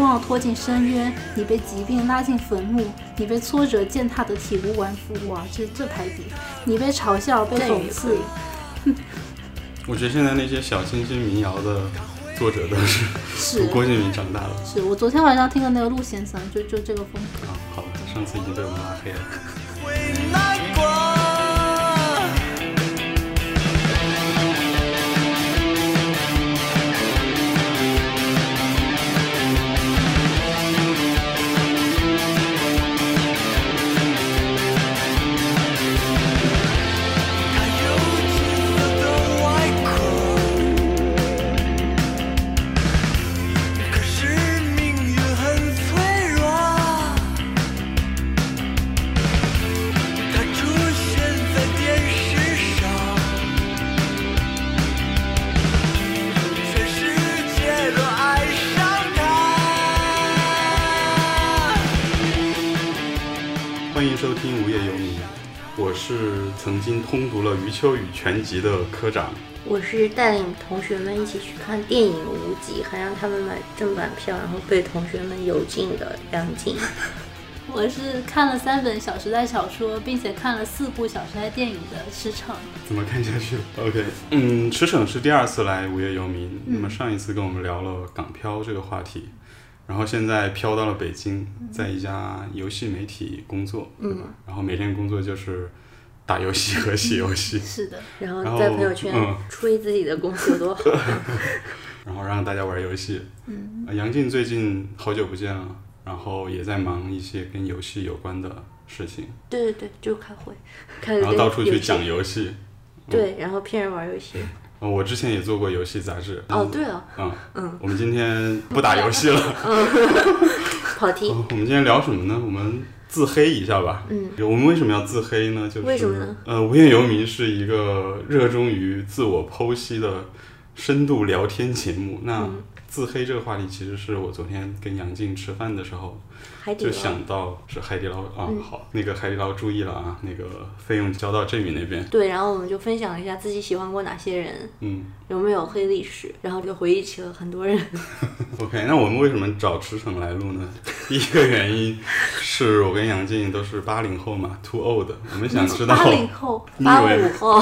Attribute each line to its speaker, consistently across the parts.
Speaker 1: 望拖进深渊，你被疾病拉进坟墓，你被挫折践踏得体无完肤。哇，这这排比，你被嘲笑，被
Speaker 2: 这
Speaker 1: 讽
Speaker 2: 也
Speaker 1: 刺
Speaker 2: 可以，
Speaker 3: 我觉得现在那些小清新民谣的作者都是
Speaker 1: 是
Speaker 3: 读郭敬明长大的
Speaker 1: 是我昨天晚上听的那个陆先生，就就这个风格。
Speaker 3: 啊。好了，上次已经被我们拉黑了。
Speaker 4: 会难过。他又进了的外壳，可是命运很脆弱。他出现在电视上，全世界都爱上他。
Speaker 3: 欢迎收听《无业游民》，我是曾经通读了余秋雨全集的科长。
Speaker 2: 我是带领同学们一起去看电影无极，还让他们买正版票，然后被同学们有劲的梁静。
Speaker 1: 我是看了三本《小时代》小说，并且看了四部《小时代》电影的驰骋。
Speaker 3: 怎么看下去？OK，嗯，驰骋是第二次来无业游民，那么上一次跟我们聊了港漂这个话题，然后现在飘到了北京，在一家游戏媒体工作，对吧？然后每天工作就是打游戏和写游戏，
Speaker 1: 是的，
Speaker 2: 然
Speaker 3: 然
Speaker 2: 后
Speaker 3: 后
Speaker 2: 在朋友圈
Speaker 3: 嗯
Speaker 2: 吹自己的工作 多好，
Speaker 3: 然后让大家玩游戏。嗯，杨静最近好久不见了，然后也在忙一些跟游戏有关的事情，
Speaker 2: 对对对，就开会，开
Speaker 3: 然
Speaker 2: 个
Speaker 3: 后到处去讲嗯
Speaker 2: 游戏，
Speaker 3: 游戏。
Speaker 2: 对，然后骗人玩游戏。
Speaker 3: 呃我之前也做过游戏杂志。
Speaker 2: 哦，对哦，
Speaker 3: 嗯，嗯，我们今天不打游戏了。
Speaker 2: 跑题，
Speaker 3: 哦我们今天聊什么呢？我们自黑一下吧。
Speaker 2: 嗯，
Speaker 3: 我们为什么要自黑呢？就是
Speaker 2: 为什么呢？
Speaker 3: 呃，无业游民是一个热衷于自我剖析的深度聊天节目。那、
Speaker 2: 嗯
Speaker 3: 自黑这个话题，其实是我昨天跟杨静吃饭的时候
Speaker 2: 海底
Speaker 3: 就
Speaker 2: 捞。嗯
Speaker 3: 想到是海底捞啊，好，那个海底捞注意了啊，那个费用交到振宇那边。
Speaker 2: 对，然后我们就分享一下自己喜欢过哪些人，
Speaker 3: 嗯
Speaker 2: 有没有黑历史，然后就回忆起了很多人。
Speaker 3: ，OK，那我们为什么找驰骋来录呢？ 第一个原因是我跟杨静都是八零后嘛，too old，我们想知道。
Speaker 1: 八零后，
Speaker 3: 你以
Speaker 2: 八
Speaker 3: 为
Speaker 2: 五后，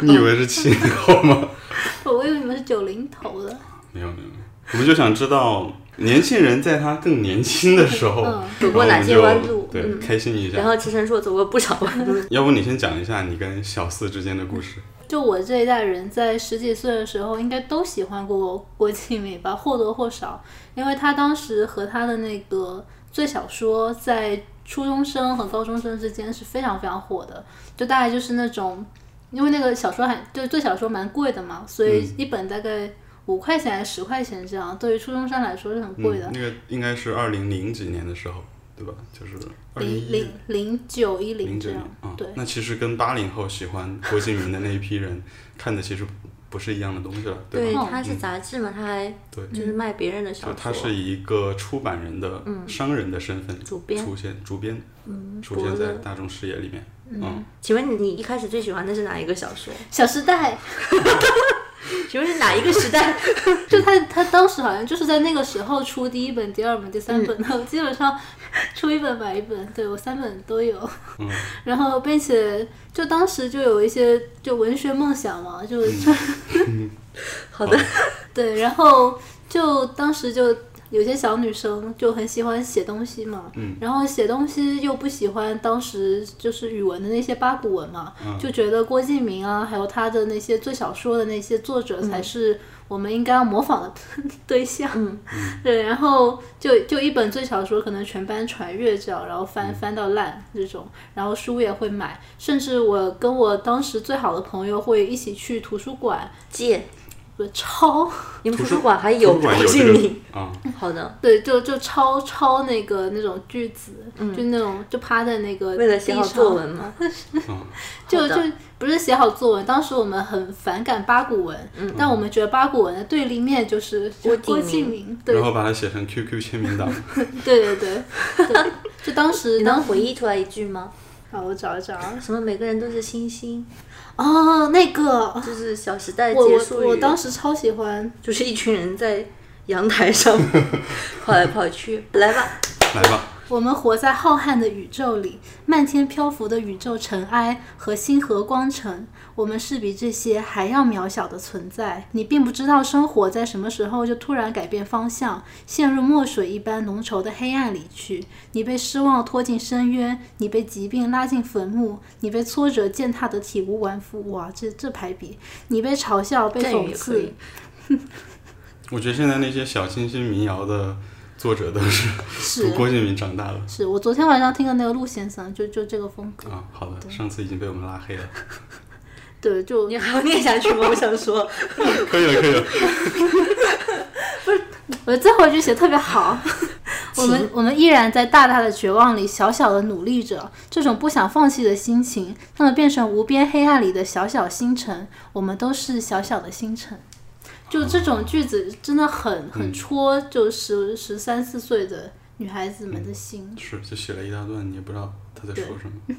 Speaker 3: 你以为是七零后吗？
Speaker 1: 我以为你们是九零头的。
Speaker 3: 没有没有没有，我们就想知道年轻人在他更年轻的时候
Speaker 1: 嗯
Speaker 2: 走过哪些
Speaker 3: 然后我
Speaker 2: 弯
Speaker 3: 们就
Speaker 2: 路
Speaker 3: 对，
Speaker 2: 嗯
Speaker 3: 开心一下。
Speaker 2: 然后池晨说走过不少弯路。
Speaker 3: 要不你先讲一下你跟小四之间的故事？
Speaker 1: 就我这一代人，在十几岁的时候，应该都喜欢过郭敬明吧，或多或少，因为他当时和他的那个《最小说》在初中生和高中生之间是非常非常火的，就大概就是那种，因为那个小说还就是《最小说》蛮贵的嘛，所以
Speaker 3: 嗯
Speaker 1: 一本大概五块钱还是十块钱这样，对于初中生来说是很贵的
Speaker 3: 嗯，。那个应该是二零零几年的时候，对吧？就是二
Speaker 1: 零
Speaker 3: 一
Speaker 1: 零零九一零
Speaker 3: 零
Speaker 1: 这
Speaker 3: 九
Speaker 1: 样
Speaker 3: 年啊。，
Speaker 1: 对，
Speaker 3: 那其实跟八零后喜欢郭敬明的那一批人看的其实不是一样的东西了，
Speaker 2: 对，
Speaker 3: 吧？
Speaker 2: 他是杂志嘛，他还
Speaker 3: 嗯对
Speaker 2: 就是卖别人的小
Speaker 3: 就
Speaker 2: 说。嗯
Speaker 3: 他是以一个出版人的商人的身份
Speaker 2: 主编嗯
Speaker 3: 出现，主编出
Speaker 2: 伯
Speaker 3: 现在
Speaker 2: 乐
Speaker 3: 大众视野里面，嗯。
Speaker 2: 请问你一开始最喜欢的是哪一个小说？
Speaker 1: 《小时代》。
Speaker 2: 请问是哪一个时代？
Speaker 1: 就他他当时好像就是在那个时候出第一本、第二本、第三本，我基本上出一本买一本，对我三本都有。
Speaker 3: 嗯
Speaker 1: 然后并且就当时就有一些就文学梦想嘛，就、就
Speaker 2: 好的，
Speaker 1: 对，然后就当时就有些小女生就很喜欢写东西嘛，
Speaker 3: 嗯
Speaker 1: 然后写东西又不喜欢当时就是语文的那些八股文嘛，
Speaker 3: 嗯
Speaker 1: 就觉得郭敬明啊，还有他的那些最小说的那些作者才是我们应该要模仿的 对象，
Speaker 2: 嗯
Speaker 1: 对，然后就就一本最小说可能全班传阅这样，然后翻
Speaker 3: 嗯
Speaker 1: 翻到烂这种，然后书也会买，甚至我跟我当时最好的朋友会一起去图书馆。
Speaker 2: 借。
Speaker 1: 就抄，
Speaker 2: 你们
Speaker 3: 图
Speaker 2: 图
Speaker 3: 书
Speaker 2: 书馆还有
Speaker 3: 图书馆
Speaker 2: 郭
Speaker 3: 有
Speaker 2: 敬
Speaker 3: 这
Speaker 2: 明？
Speaker 3: 个啊，
Speaker 2: 好的，
Speaker 1: 对，就就抄抄那个那种句子，就那种就趴在那个
Speaker 2: 嗯为了写好
Speaker 1: 地上
Speaker 2: 作文嘛。
Speaker 1: 就就
Speaker 2: 好的
Speaker 1: 不是写好作文。当时我们很反感八股文，但我们觉得八股文的对立面就是
Speaker 2: 嗯郭
Speaker 1: 郭敬
Speaker 2: 敬明
Speaker 1: 明，对
Speaker 3: 然后把它写成 QQ 签名 档，
Speaker 1: 对对对对，就当时
Speaker 2: 你能
Speaker 1: 当
Speaker 2: 回忆出来一句吗？
Speaker 1: 好，我找一找啊
Speaker 2: 什么每个人都是星星，
Speaker 1: 哦，那个
Speaker 2: 就是《小时代》
Speaker 1: 我
Speaker 2: 结
Speaker 1: 我
Speaker 2: 束语。
Speaker 1: 我当时超喜欢，
Speaker 2: 就是一群人在阳台上 跑来跑去，来吧，
Speaker 3: 来吧，
Speaker 1: 我们活在浩瀚的宇宙里，漫天漂浮的宇宙尘埃和星河光尘，我们是比这些还要渺小的存在。你并不知道生活在什么时候就突然改变方向，陷入墨水一般浓稠的黑暗里去。你被失望拖进深渊，你被疾病拉进坟墓，你被挫折践踏得体无完肤。哇，这这排比，你被嘲笑，被
Speaker 2: 振宇
Speaker 1: 讽
Speaker 2: 也可
Speaker 1: 刺
Speaker 2: 以，。
Speaker 3: 我觉得现在那些小清新民谣的作者都是
Speaker 1: 是
Speaker 3: 读郭敬明长大的
Speaker 1: 是我昨天晚上听的那个陆先生，就就这个风格。
Speaker 3: 啊。好的，上次已经被我们拉黑了，
Speaker 1: 对，就
Speaker 2: 你还要念下去吗？我想说，
Speaker 3: 可以了，可以了。
Speaker 1: 我最后一句写得特别 好。我们我们依然在大大的绝望里小小的努力着，这种不想放弃的心情，那么变成无边黑暗里的小小星辰，我们都是小小的星辰。就这种句子真的很很戳，就十十三四岁的女孩子们的心。
Speaker 3: 是，就写了一大段，你也不知道他在说什么。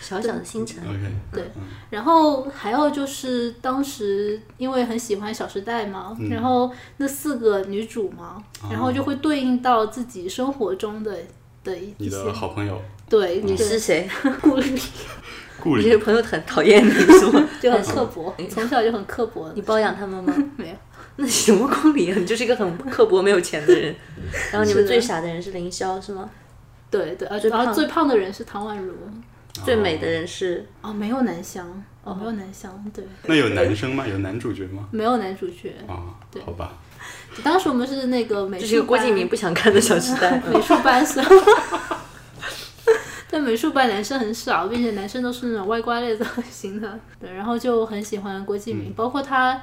Speaker 2: 小小的星辰，
Speaker 3: OK，
Speaker 1: 对，然后还有就是当时因为很喜欢《小时代》嘛，
Speaker 3: 嗯
Speaker 1: 然后那四个女主嘛，
Speaker 3: 哦
Speaker 1: 然后就会对应到自己生活中的的一
Speaker 3: 你
Speaker 1: 一些
Speaker 3: 的好朋友
Speaker 1: 对，
Speaker 2: 你是谁？
Speaker 1: 顾虑
Speaker 3: 顾
Speaker 2: 你
Speaker 3: 里啊
Speaker 2: 这个朋友很讨厌你是吗？
Speaker 1: 就很刻薄，从小就很刻薄的
Speaker 2: 你包养他们 吗？
Speaker 1: 没有，
Speaker 2: 那什么公理啊？你就是一个很刻薄、没有钱的人。
Speaker 3: 嗯
Speaker 2: 然后你们最傻的人是凌霄是吗？
Speaker 1: 对对，而
Speaker 2: 最
Speaker 1: 然后
Speaker 2: 胖
Speaker 1: 最胖的人是唐宛如，
Speaker 2: 最美的人是
Speaker 1: 哦，没有男香，哦，没有男香，对，
Speaker 3: 那有男生吗？有男主角吗？
Speaker 1: 没有男主角。
Speaker 3: 啊，好吧，
Speaker 1: 当时我们是那个美
Speaker 2: 这是个
Speaker 1: 术
Speaker 2: 郭
Speaker 1: 班，
Speaker 2: 敬明不想看的《小时代》
Speaker 1: 美 术班是。但美术班男生很少，并且男生都是那种歪瓜裂枣型的，对，然后就很喜欢郭敬明，
Speaker 2: 嗯
Speaker 1: 包括他，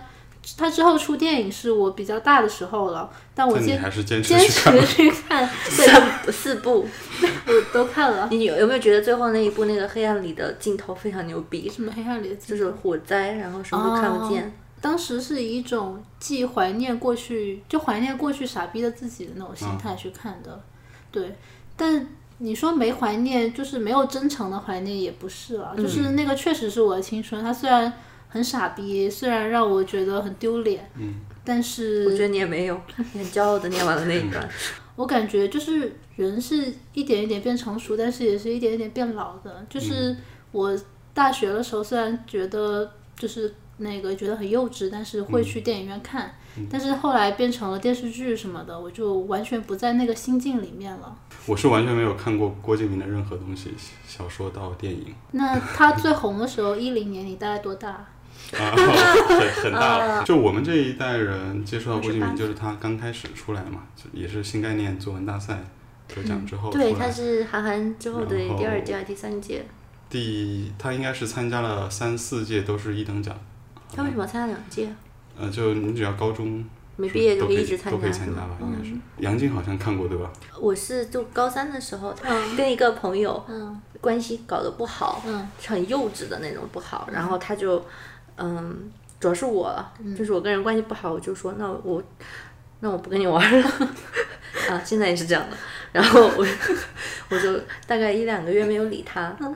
Speaker 1: 他之后出电影是我比较大的时候了，但我
Speaker 3: 但你
Speaker 1: 坚
Speaker 3: 还是坚持
Speaker 1: 坚
Speaker 3: 去看
Speaker 1: 持。去看，对，
Speaker 2: 三四部。
Speaker 1: 我都看了，
Speaker 2: 你有有没有觉得最后那一部那个黑暗里的镜头非常牛逼？
Speaker 1: 什么黑暗里的自
Speaker 2: 就
Speaker 1: 由
Speaker 2: 是火灾，然后什么都看不见。
Speaker 1: 当时是以一种既怀念过去，就怀念过去傻逼的自己的那种心态去看的，对。但你说没怀念，就是没有真诚的怀念，也不是了、
Speaker 2: 嗯
Speaker 1: 就是那个确实是我的青春，它虽然很傻逼，虽然让我觉得很丢脸，嗯，但是
Speaker 2: 我觉得你也没有，你很骄傲的念完了那一段。
Speaker 3: 嗯
Speaker 1: 我感觉就是人是一点一点变成熟，但是也是一点一点变老的。就是我大学的时候，虽然觉得就是那个觉得很幼稚，但是会去电影院看。但是后来变成了电视剧什么的，我就完全不在那个心境里面了。
Speaker 3: 我是完全没有看过郭敬明的任何东西，小说到电影
Speaker 1: 那他最红的时候，一零年，你大概多大？
Speaker 3: 啊，很很大
Speaker 2: 啊
Speaker 3: 了。就我们这一代人接触到郭敬明，就是他刚开始出来嘛，就也是新概念作文大赛得奖之后出
Speaker 2: 对，他
Speaker 3: 来。
Speaker 2: 是韩寒之后的
Speaker 3: 然后
Speaker 2: 第二届还是第三届？
Speaker 3: 第他应该是参加了三四届都是一等奖，
Speaker 2: 他为什么参加两届？啊
Speaker 3: 呃，就你只要高中
Speaker 2: 没毕业
Speaker 3: 都
Speaker 2: 就
Speaker 3: 可
Speaker 2: 可
Speaker 3: 以
Speaker 2: 以一直参
Speaker 3: 都可以
Speaker 2: 加，是
Speaker 3: 参加
Speaker 2: 吗
Speaker 3: 吧，？应该是。杨静好像看过对吧？
Speaker 2: 我是就高三的时候，跟一个朋友
Speaker 1: 嗯
Speaker 2: 关系搞得不好，
Speaker 1: 嗯
Speaker 2: 很幼稚的那种不好，然后他就，嗯，主要是我，
Speaker 1: 嗯
Speaker 2: 就是我跟人关系不好，我就说那我，那我不跟你玩了， 啊，现在也是这样的，然后我 我就大概一两个月没有理他，
Speaker 1: 嗯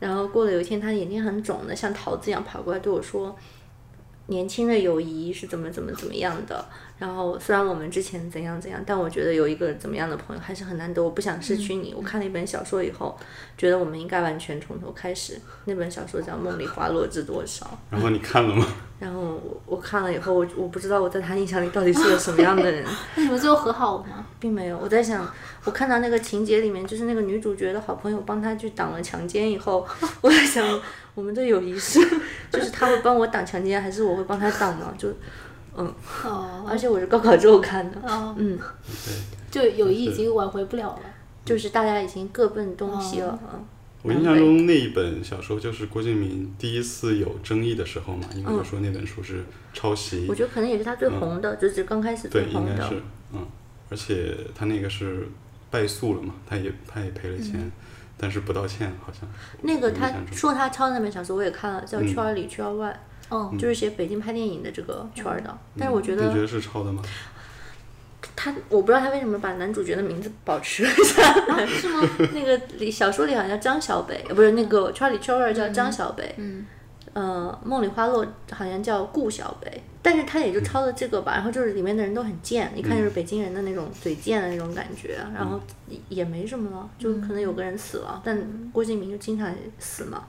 Speaker 2: 然后过了有一天，他眼睛很肿的像桃子一样跑过来对我说，年轻的友谊是怎么怎么怎么样的。然后虽然我们之前怎样怎样，但我觉得有一个怎么样的朋友还是很难得。我不想失去你。我看了一本小说以后，觉得我们应该完全从头开始。那本小说叫《梦里花落知多少》。
Speaker 3: 然后你看了吗？
Speaker 2: 然后我我看了以后，我我不知道我在他印象里到底是个什么样的人，
Speaker 1: 那你们最后和好了吗？
Speaker 2: 并没有。我在想，我看到那个情节里面，就是那个女主角的好朋友帮她去挡了强奸以后，我在想，我们的友谊是，就是她会帮我挡强奸，还是我会帮她挡呢？就，嗯，
Speaker 1: 哦
Speaker 2: 而且我是高考之后看的，
Speaker 1: 哦，
Speaker 2: 嗯，
Speaker 1: 就友谊已经挽回不了了。
Speaker 2: 就是大家已经各奔东西了。嗯
Speaker 3: 我印象中那一本小说就是郭敬明第一次有争议的时候嘛，因为就说那本书是抄袭，
Speaker 2: 嗯我觉得可能也是他最红的，就是刚开始
Speaker 3: 嗯对
Speaker 2: 最，
Speaker 3: 应
Speaker 2: 红
Speaker 3: 该
Speaker 2: 的
Speaker 3: 是，，嗯，而且他那个是败诉了嘛，他也他也赔了钱，
Speaker 2: 嗯
Speaker 3: 但是不道歉，好像
Speaker 2: 那个
Speaker 3: 我
Speaker 2: 他
Speaker 3: 印象中
Speaker 2: 说他抄的那本小说我也看了，叫《圈儿里圈儿外》。
Speaker 1: 嗯，
Speaker 2: 就是写北京拍电影的这个圈儿的。
Speaker 3: 嗯
Speaker 2: 但是我觉
Speaker 3: 你觉
Speaker 2: 得
Speaker 3: 得是抄的吗？
Speaker 2: 他，我不知道他为什么把男主角的名字保持了 下
Speaker 1: 啊
Speaker 2: 来，是吗？那个里小说里好像叫张小北，呃不是那个圈儿里圈儿外叫张小北，
Speaker 1: 嗯，
Speaker 2: 呃，《梦里花落》好像叫顾小北，但是他也就抄的这个吧。然后就是里面的人都很贱，一看就是北京人的那种嘴贱的那种感觉。啊然后也也没什么了，就可能有个人死了，但郭敬明就经常死嘛。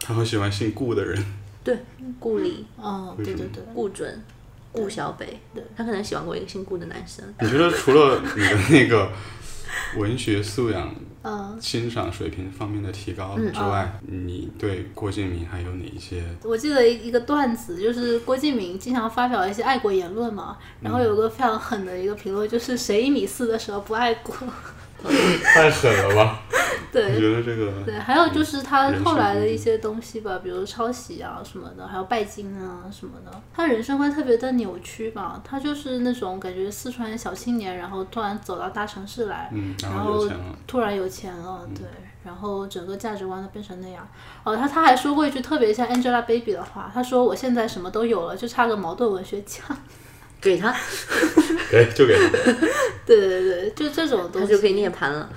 Speaker 3: 他好喜欢姓顾的人，
Speaker 2: 对，顾里、
Speaker 1: 哦，对对对，
Speaker 2: 顾准、顾小北，他可能喜欢过一个姓顾的男生。
Speaker 3: 你觉得除了你的那 个文学素养、
Speaker 1: 嗯，
Speaker 3: 欣赏水平方面的提高
Speaker 2: 嗯
Speaker 3: 之外，你对郭敬明还有哪一些？
Speaker 1: 我记得一个段子，就是郭敬明经常发表一些爱国言论嘛，然后有个非常狠的一个评论，就是谁一米四的时候不爱国？
Speaker 3: 太狠了吧！
Speaker 1: 对，
Speaker 3: 你觉得这个
Speaker 1: 对，还有就是他
Speaker 3: 嗯人
Speaker 1: 后
Speaker 3: 生
Speaker 1: 来的
Speaker 3: 观
Speaker 1: 一些东西吧，比如抄袭啊什么的，还有拜金啊什么的，他人生观特别的扭曲吧。他就是那种感觉四川小青年，然后突然走到大城市来，
Speaker 3: 嗯，然
Speaker 1: 然
Speaker 3: 后有
Speaker 1: 后
Speaker 3: 钱了，嗯
Speaker 1: 突然有钱了，对，然后整个价值观都变成那样。哦，他他还说过一句特别像 Angelababy 的话，他说我现在什么都有了，就差个茅盾文学奖。
Speaker 2: 给他，
Speaker 3: 给哎就给他。
Speaker 1: 对对对，就这种
Speaker 2: 他
Speaker 1: 东
Speaker 2: 就
Speaker 1: 西。
Speaker 2: 可以涅槃了。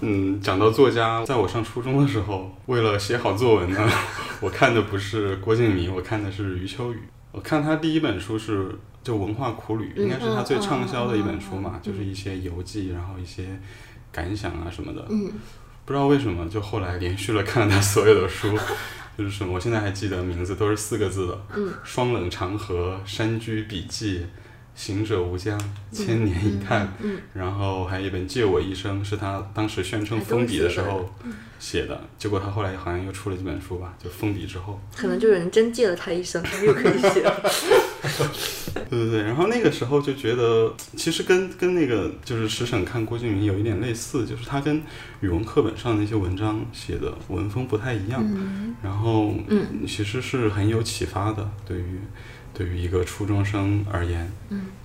Speaker 3: 嗯，讲到作家，在我上初中的时候，为了写好作文呢， 我看的不是郭敬明，我看的是余秋雨。我看他第一本书是就《文化苦旅》，应该是他最畅销的一本书嘛，就是一些游记，然后一些感想啊什么的。嗯，不知道为什么，就后来连续了看了他所有的书，就是什么，我现在还记得名字都是四个字的，嗯，双冷长河、山居笔记、行者无疆、千年一叹，嗯然后还有一本《借我一生》，是他当时宣称封笔的时候写的，结果他后来好像又出了这本书吧，就封笔之后，
Speaker 2: 可能就有人真借了他一生， 又可以写。
Speaker 3: 对对对，然后那个时候就觉得，其实跟跟那个就是石沈看郭敬明有一点类似，就是他跟语文课本上那些文章写的文风不太一样，然后嗯，其实是很有启发的，对于对于一个初中生而言，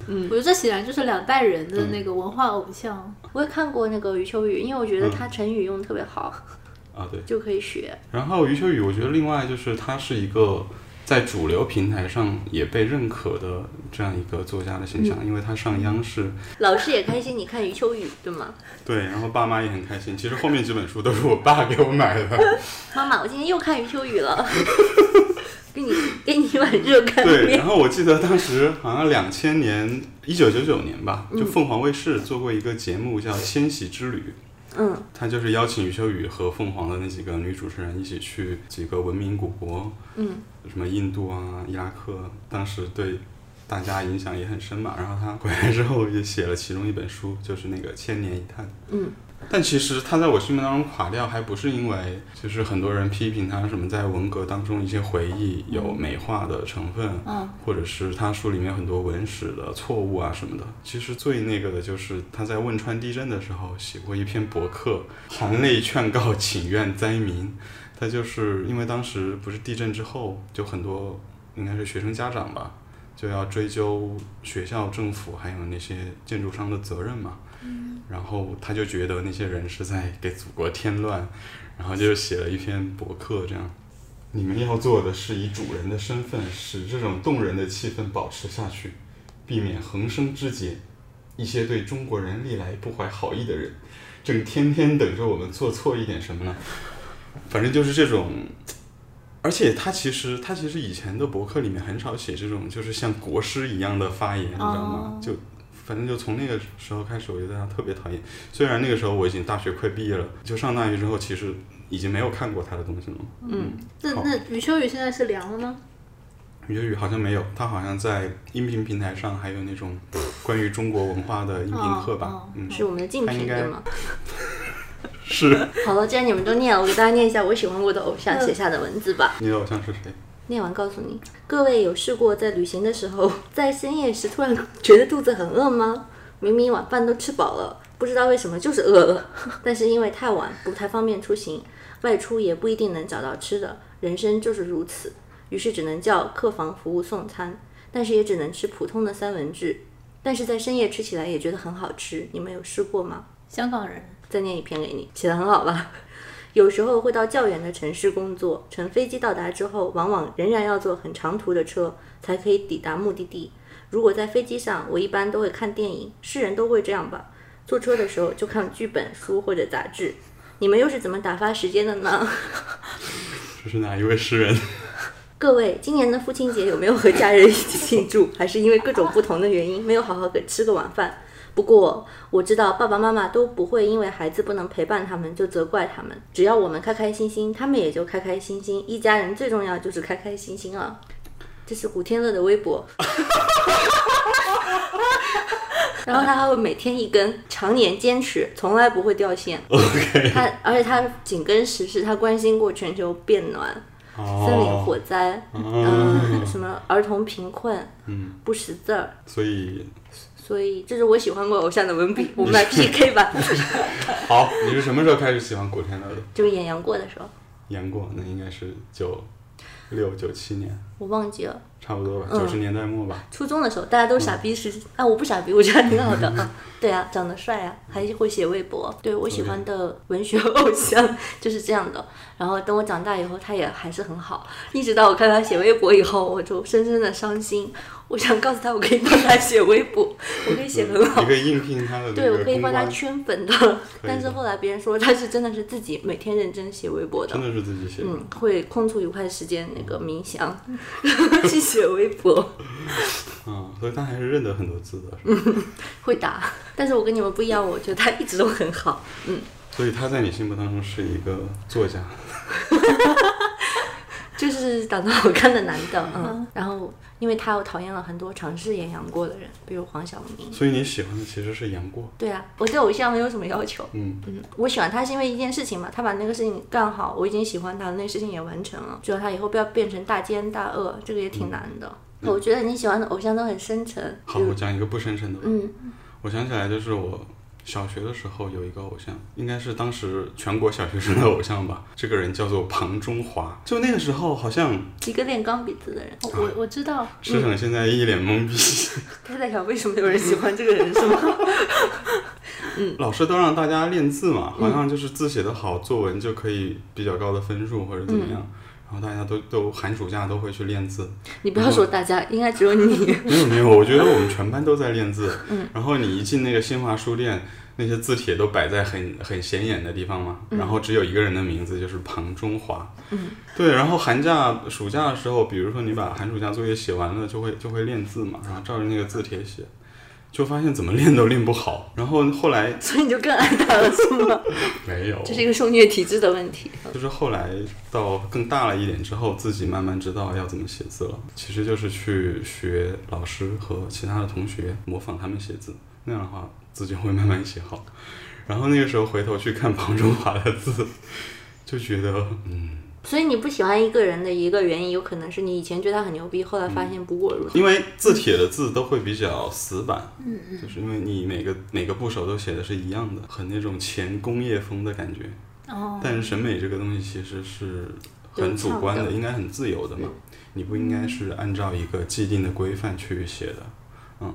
Speaker 1: 我觉得这显然就是两代人
Speaker 3: 嗯
Speaker 1: 的那个文化偶像。
Speaker 2: 我也看过那个余秋雨，因为我觉得他成语用的特别好，
Speaker 3: 啊对。
Speaker 2: 就可以学。
Speaker 3: 然后余秋雨，我觉得另外就是他是一个在主流平台上也被认可的这样一个作家的形象，因为他上央视，
Speaker 2: 老师也开心，你看余秋雨对吗？
Speaker 3: 对，然后爸妈也很开心。其实后面几本书都是我爸给我买的，
Speaker 2: 妈妈，我今天又看余秋雨了， 给你 给你一碗热干
Speaker 3: 对。
Speaker 2: 面
Speaker 3: 然。后我记得当时好像两千年，一九九九年吧，就凤凰卫视做过一个节目叫《千禧之旅》。
Speaker 2: 嗯，
Speaker 3: 他就是邀请余秋雨和凤凰的那几个女主持人一起去几个文明古国，
Speaker 2: 嗯，
Speaker 3: 什么印度啊、伊拉克，当时对大家影响也很深嘛。然后他回来之后也写了其中一本书，就是那个《千年一叹》。
Speaker 2: 嗯，
Speaker 3: 但其实他在我心目当中垮掉，还不是因为就是很多人批评他什么在文革当中一些回忆有美化的成分，
Speaker 1: 嗯，
Speaker 3: 或者是他书里面很多文史的错误啊什么的。其实最那个的就是他在汶川地震的时候写过一篇博客，含泪劝告请愿灾民。他就是因为当时不是地震之后，就很多应该是学生家长吧，就要追究学校、政府还有那些建筑商的责任嘛。然后他就觉得那些人是在给祖国添乱，然后就写了一篇博客这样。你们要做的是以主人的身份，使这种动人的气氛保持下去，避免横生枝节。一些对中国人历来不怀好意的人，正天天等着我们做错一点什么呢？反正就是这种。而且他其实他其实以前的博客里面很少写这种就是像国师一样的发言，你知道吗？就反正就从那个时候开始，我就对他特别讨厌。虽然那个时候我已经大学快毕业了，就上大学之后，其实已经没有看过他的东西了。
Speaker 1: 那
Speaker 3: 好
Speaker 1: 那余秋雨现在是凉了吗？
Speaker 3: 粤语好像没有，他好像在音频平台上还有那种关于中国文化的音频课吧？
Speaker 1: 哦哦
Speaker 3: 嗯，
Speaker 2: 是我们的竞
Speaker 3: 他
Speaker 2: 品
Speaker 3: 应该
Speaker 2: 对吗？
Speaker 3: 是。
Speaker 2: 好了，既然你们都念了，我给大家念一下我喜欢过的偶像
Speaker 1: 嗯
Speaker 2: 写下的文字吧。
Speaker 3: 你的偶像是谁？
Speaker 2: 念完告诉你，各位有试过在旅行的时候， 在深夜时突然 觉得肚子很饿吗？明明晚饭都吃饱了，不知道为什么就是饿了。 但是因为太晚，不太方便出行，外出也不一定能找到吃的，人生就是如此。于是只能叫客房服务送餐，但是也只能吃普通的三文治。但是在深夜吃起来也觉得很好吃，你们有试过吗？
Speaker 1: 香港人。
Speaker 2: 再念一篇给你，写的很好吧？ 有时候会到较远的城市工作，乘飞机到达之后，往往仍然要坐很长途的车才可以抵达目的地。如果在飞机上，我一般都会看电影，是人都会这样吧？坐车的时候就看剧本书或者杂志。你们又是怎么打发时间的呢？
Speaker 3: 这是哪一位诗人？
Speaker 2: 各位，今年的父亲节有没有和家人一起庆祝？ 还是因为各种不同的原因没有好好给吃个晚饭？不过我知道爸爸妈妈都不会因为孩子不能陪伴他们就责怪他们，只要我们开开心心，他们也就开开心心。一家人最重要就是开开心心啊！这是古天乐的微博， 然后他还会每天一根，常年坚持，从来不会掉线。
Speaker 3: OK，
Speaker 2: 他而且他紧跟时事，他关心过全球变暖。森林火
Speaker 3: 哦，
Speaker 2: 灾，
Speaker 3: 哦
Speaker 2: 嗯，什么儿童贫困，
Speaker 3: 嗯，
Speaker 2: 不识字儿，
Speaker 3: 所以
Speaker 2: 所以这是我喜欢过偶像的文笔，我们来 PK 吧。
Speaker 3: 好，你是什么时候开始喜欢古天乐的？
Speaker 2: 就是演杨过的时候，
Speaker 3: 杨过，那应该是九六九七年，
Speaker 2: 我忘记了，
Speaker 3: 差不多吧，
Speaker 2: 嗯
Speaker 3: 九十年代末吧。
Speaker 2: 初中的时候大家都傻逼时期，啊，我不傻逼，我觉得挺好的，啊 对啊，长得帅啊，还会写微博，对我喜欢的文学 偶像就是这样的。然后等我长大以后，他也还是很好，一直到我看他写微博以后，我就深深的伤心。我想告诉他，我可以帮他写微博，我可以写很好
Speaker 3: 你。可以应聘他的那
Speaker 2: 对，
Speaker 3: 个
Speaker 2: 我可以
Speaker 3: 公
Speaker 2: 帮他
Speaker 3: 关，
Speaker 2: 圈粉 的，
Speaker 3: 可以
Speaker 2: 但是
Speaker 3: 的
Speaker 2: 后来别人说他是真的是自己每天认真写微博的
Speaker 3: 真，的是自己写的。
Speaker 2: 嗯，会空出一块时间那个冥想， 去写微博，
Speaker 3: 嗯，所以他还是认得很多字的，是吧
Speaker 2: 会打。但是我跟你们不一样，我觉得他一直都很好，
Speaker 3: 所以他在你心目当中是一个作家。
Speaker 2: 就是长得好看的男的，嗯。然后因为他，我讨厌了很多尝试演杨过的人，比如黄晓明。
Speaker 3: 所以你喜欢的其实是杨过。
Speaker 2: 对啊，我对偶像没有什么要求，
Speaker 3: 嗯，
Speaker 2: 嗯，我喜欢他是因为一件事情嘛，他把那个事情干好，我已经喜欢他了，那个事情也完成了。主要他以后不要变成大奸大恶，这个也挺难的。我觉得你喜欢的偶像都很深沉。
Speaker 3: 好，我讲一个不深沉的吧。
Speaker 2: 嗯，
Speaker 3: 我想起来，就是我小学的时候有一个偶像，应该是当时全国小学生的偶像吧。这个人叫做庞中华。就那个时候，好像
Speaker 2: 一个练钢笔字的
Speaker 3: 啊
Speaker 2: 人，
Speaker 1: 我哦我我知道，
Speaker 3: 师长现在一脸懵逼，
Speaker 2: 他在想为什么有人喜欢这个人是吗？
Speaker 3: 老师都让大家练字嘛，好像就是字写得好，作文就可以比较高的分数或者怎么样。然后大家都都寒暑假都会去练字，
Speaker 2: 你不要说大家，应该只有你。
Speaker 3: 没有没有，我觉得我们全班都在练字。
Speaker 2: 嗯
Speaker 3: 然后你一进那个新华书店，那些字帖都摆在很很显眼的地方嘛，
Speaker 2: 嗯
Speaker 3: 然后只有一个人的名字就是庞中华。嗯，对。然后寒假、暑假的时候，比如说你把寒暑假作业写完了，就会就会练字嘛，然后照着那个字帖写，就发现怎么练都练不好。然后后来
Speaker 2: 所以你就更爱他了是吗？
Speaker 3: 没有，
Speaker 2: 这是一个受虐体质的问题。
Speaker 3: 就是后来到更大了一点之后，自己慢慢知道要怎么写字了。其实就是去学老师和其他的同学模仿他们写字，那样的话字就会慢慢写好。然后那个时候回头去看 庞中华的字，就觉得嗯，
Speaker 2: 所以你不喜欢一个人的一个原因，有可能是你以前觉得他很牛逼，后来发现不过如此。
Speaker 3: 因为字帖的字都会比较死板，嗯嗯，就是因为你每个每个部首都写的是一样的，很那种前工业风的感觉。
Speaker 1: 哦，
Speaker 3: 但是审美这个东西其实是很主观的，
Speaker 2: 流畅的
Speaker 3: 应该很自由的嘛，你不应该是按照一个既定的规范去写的，嗯。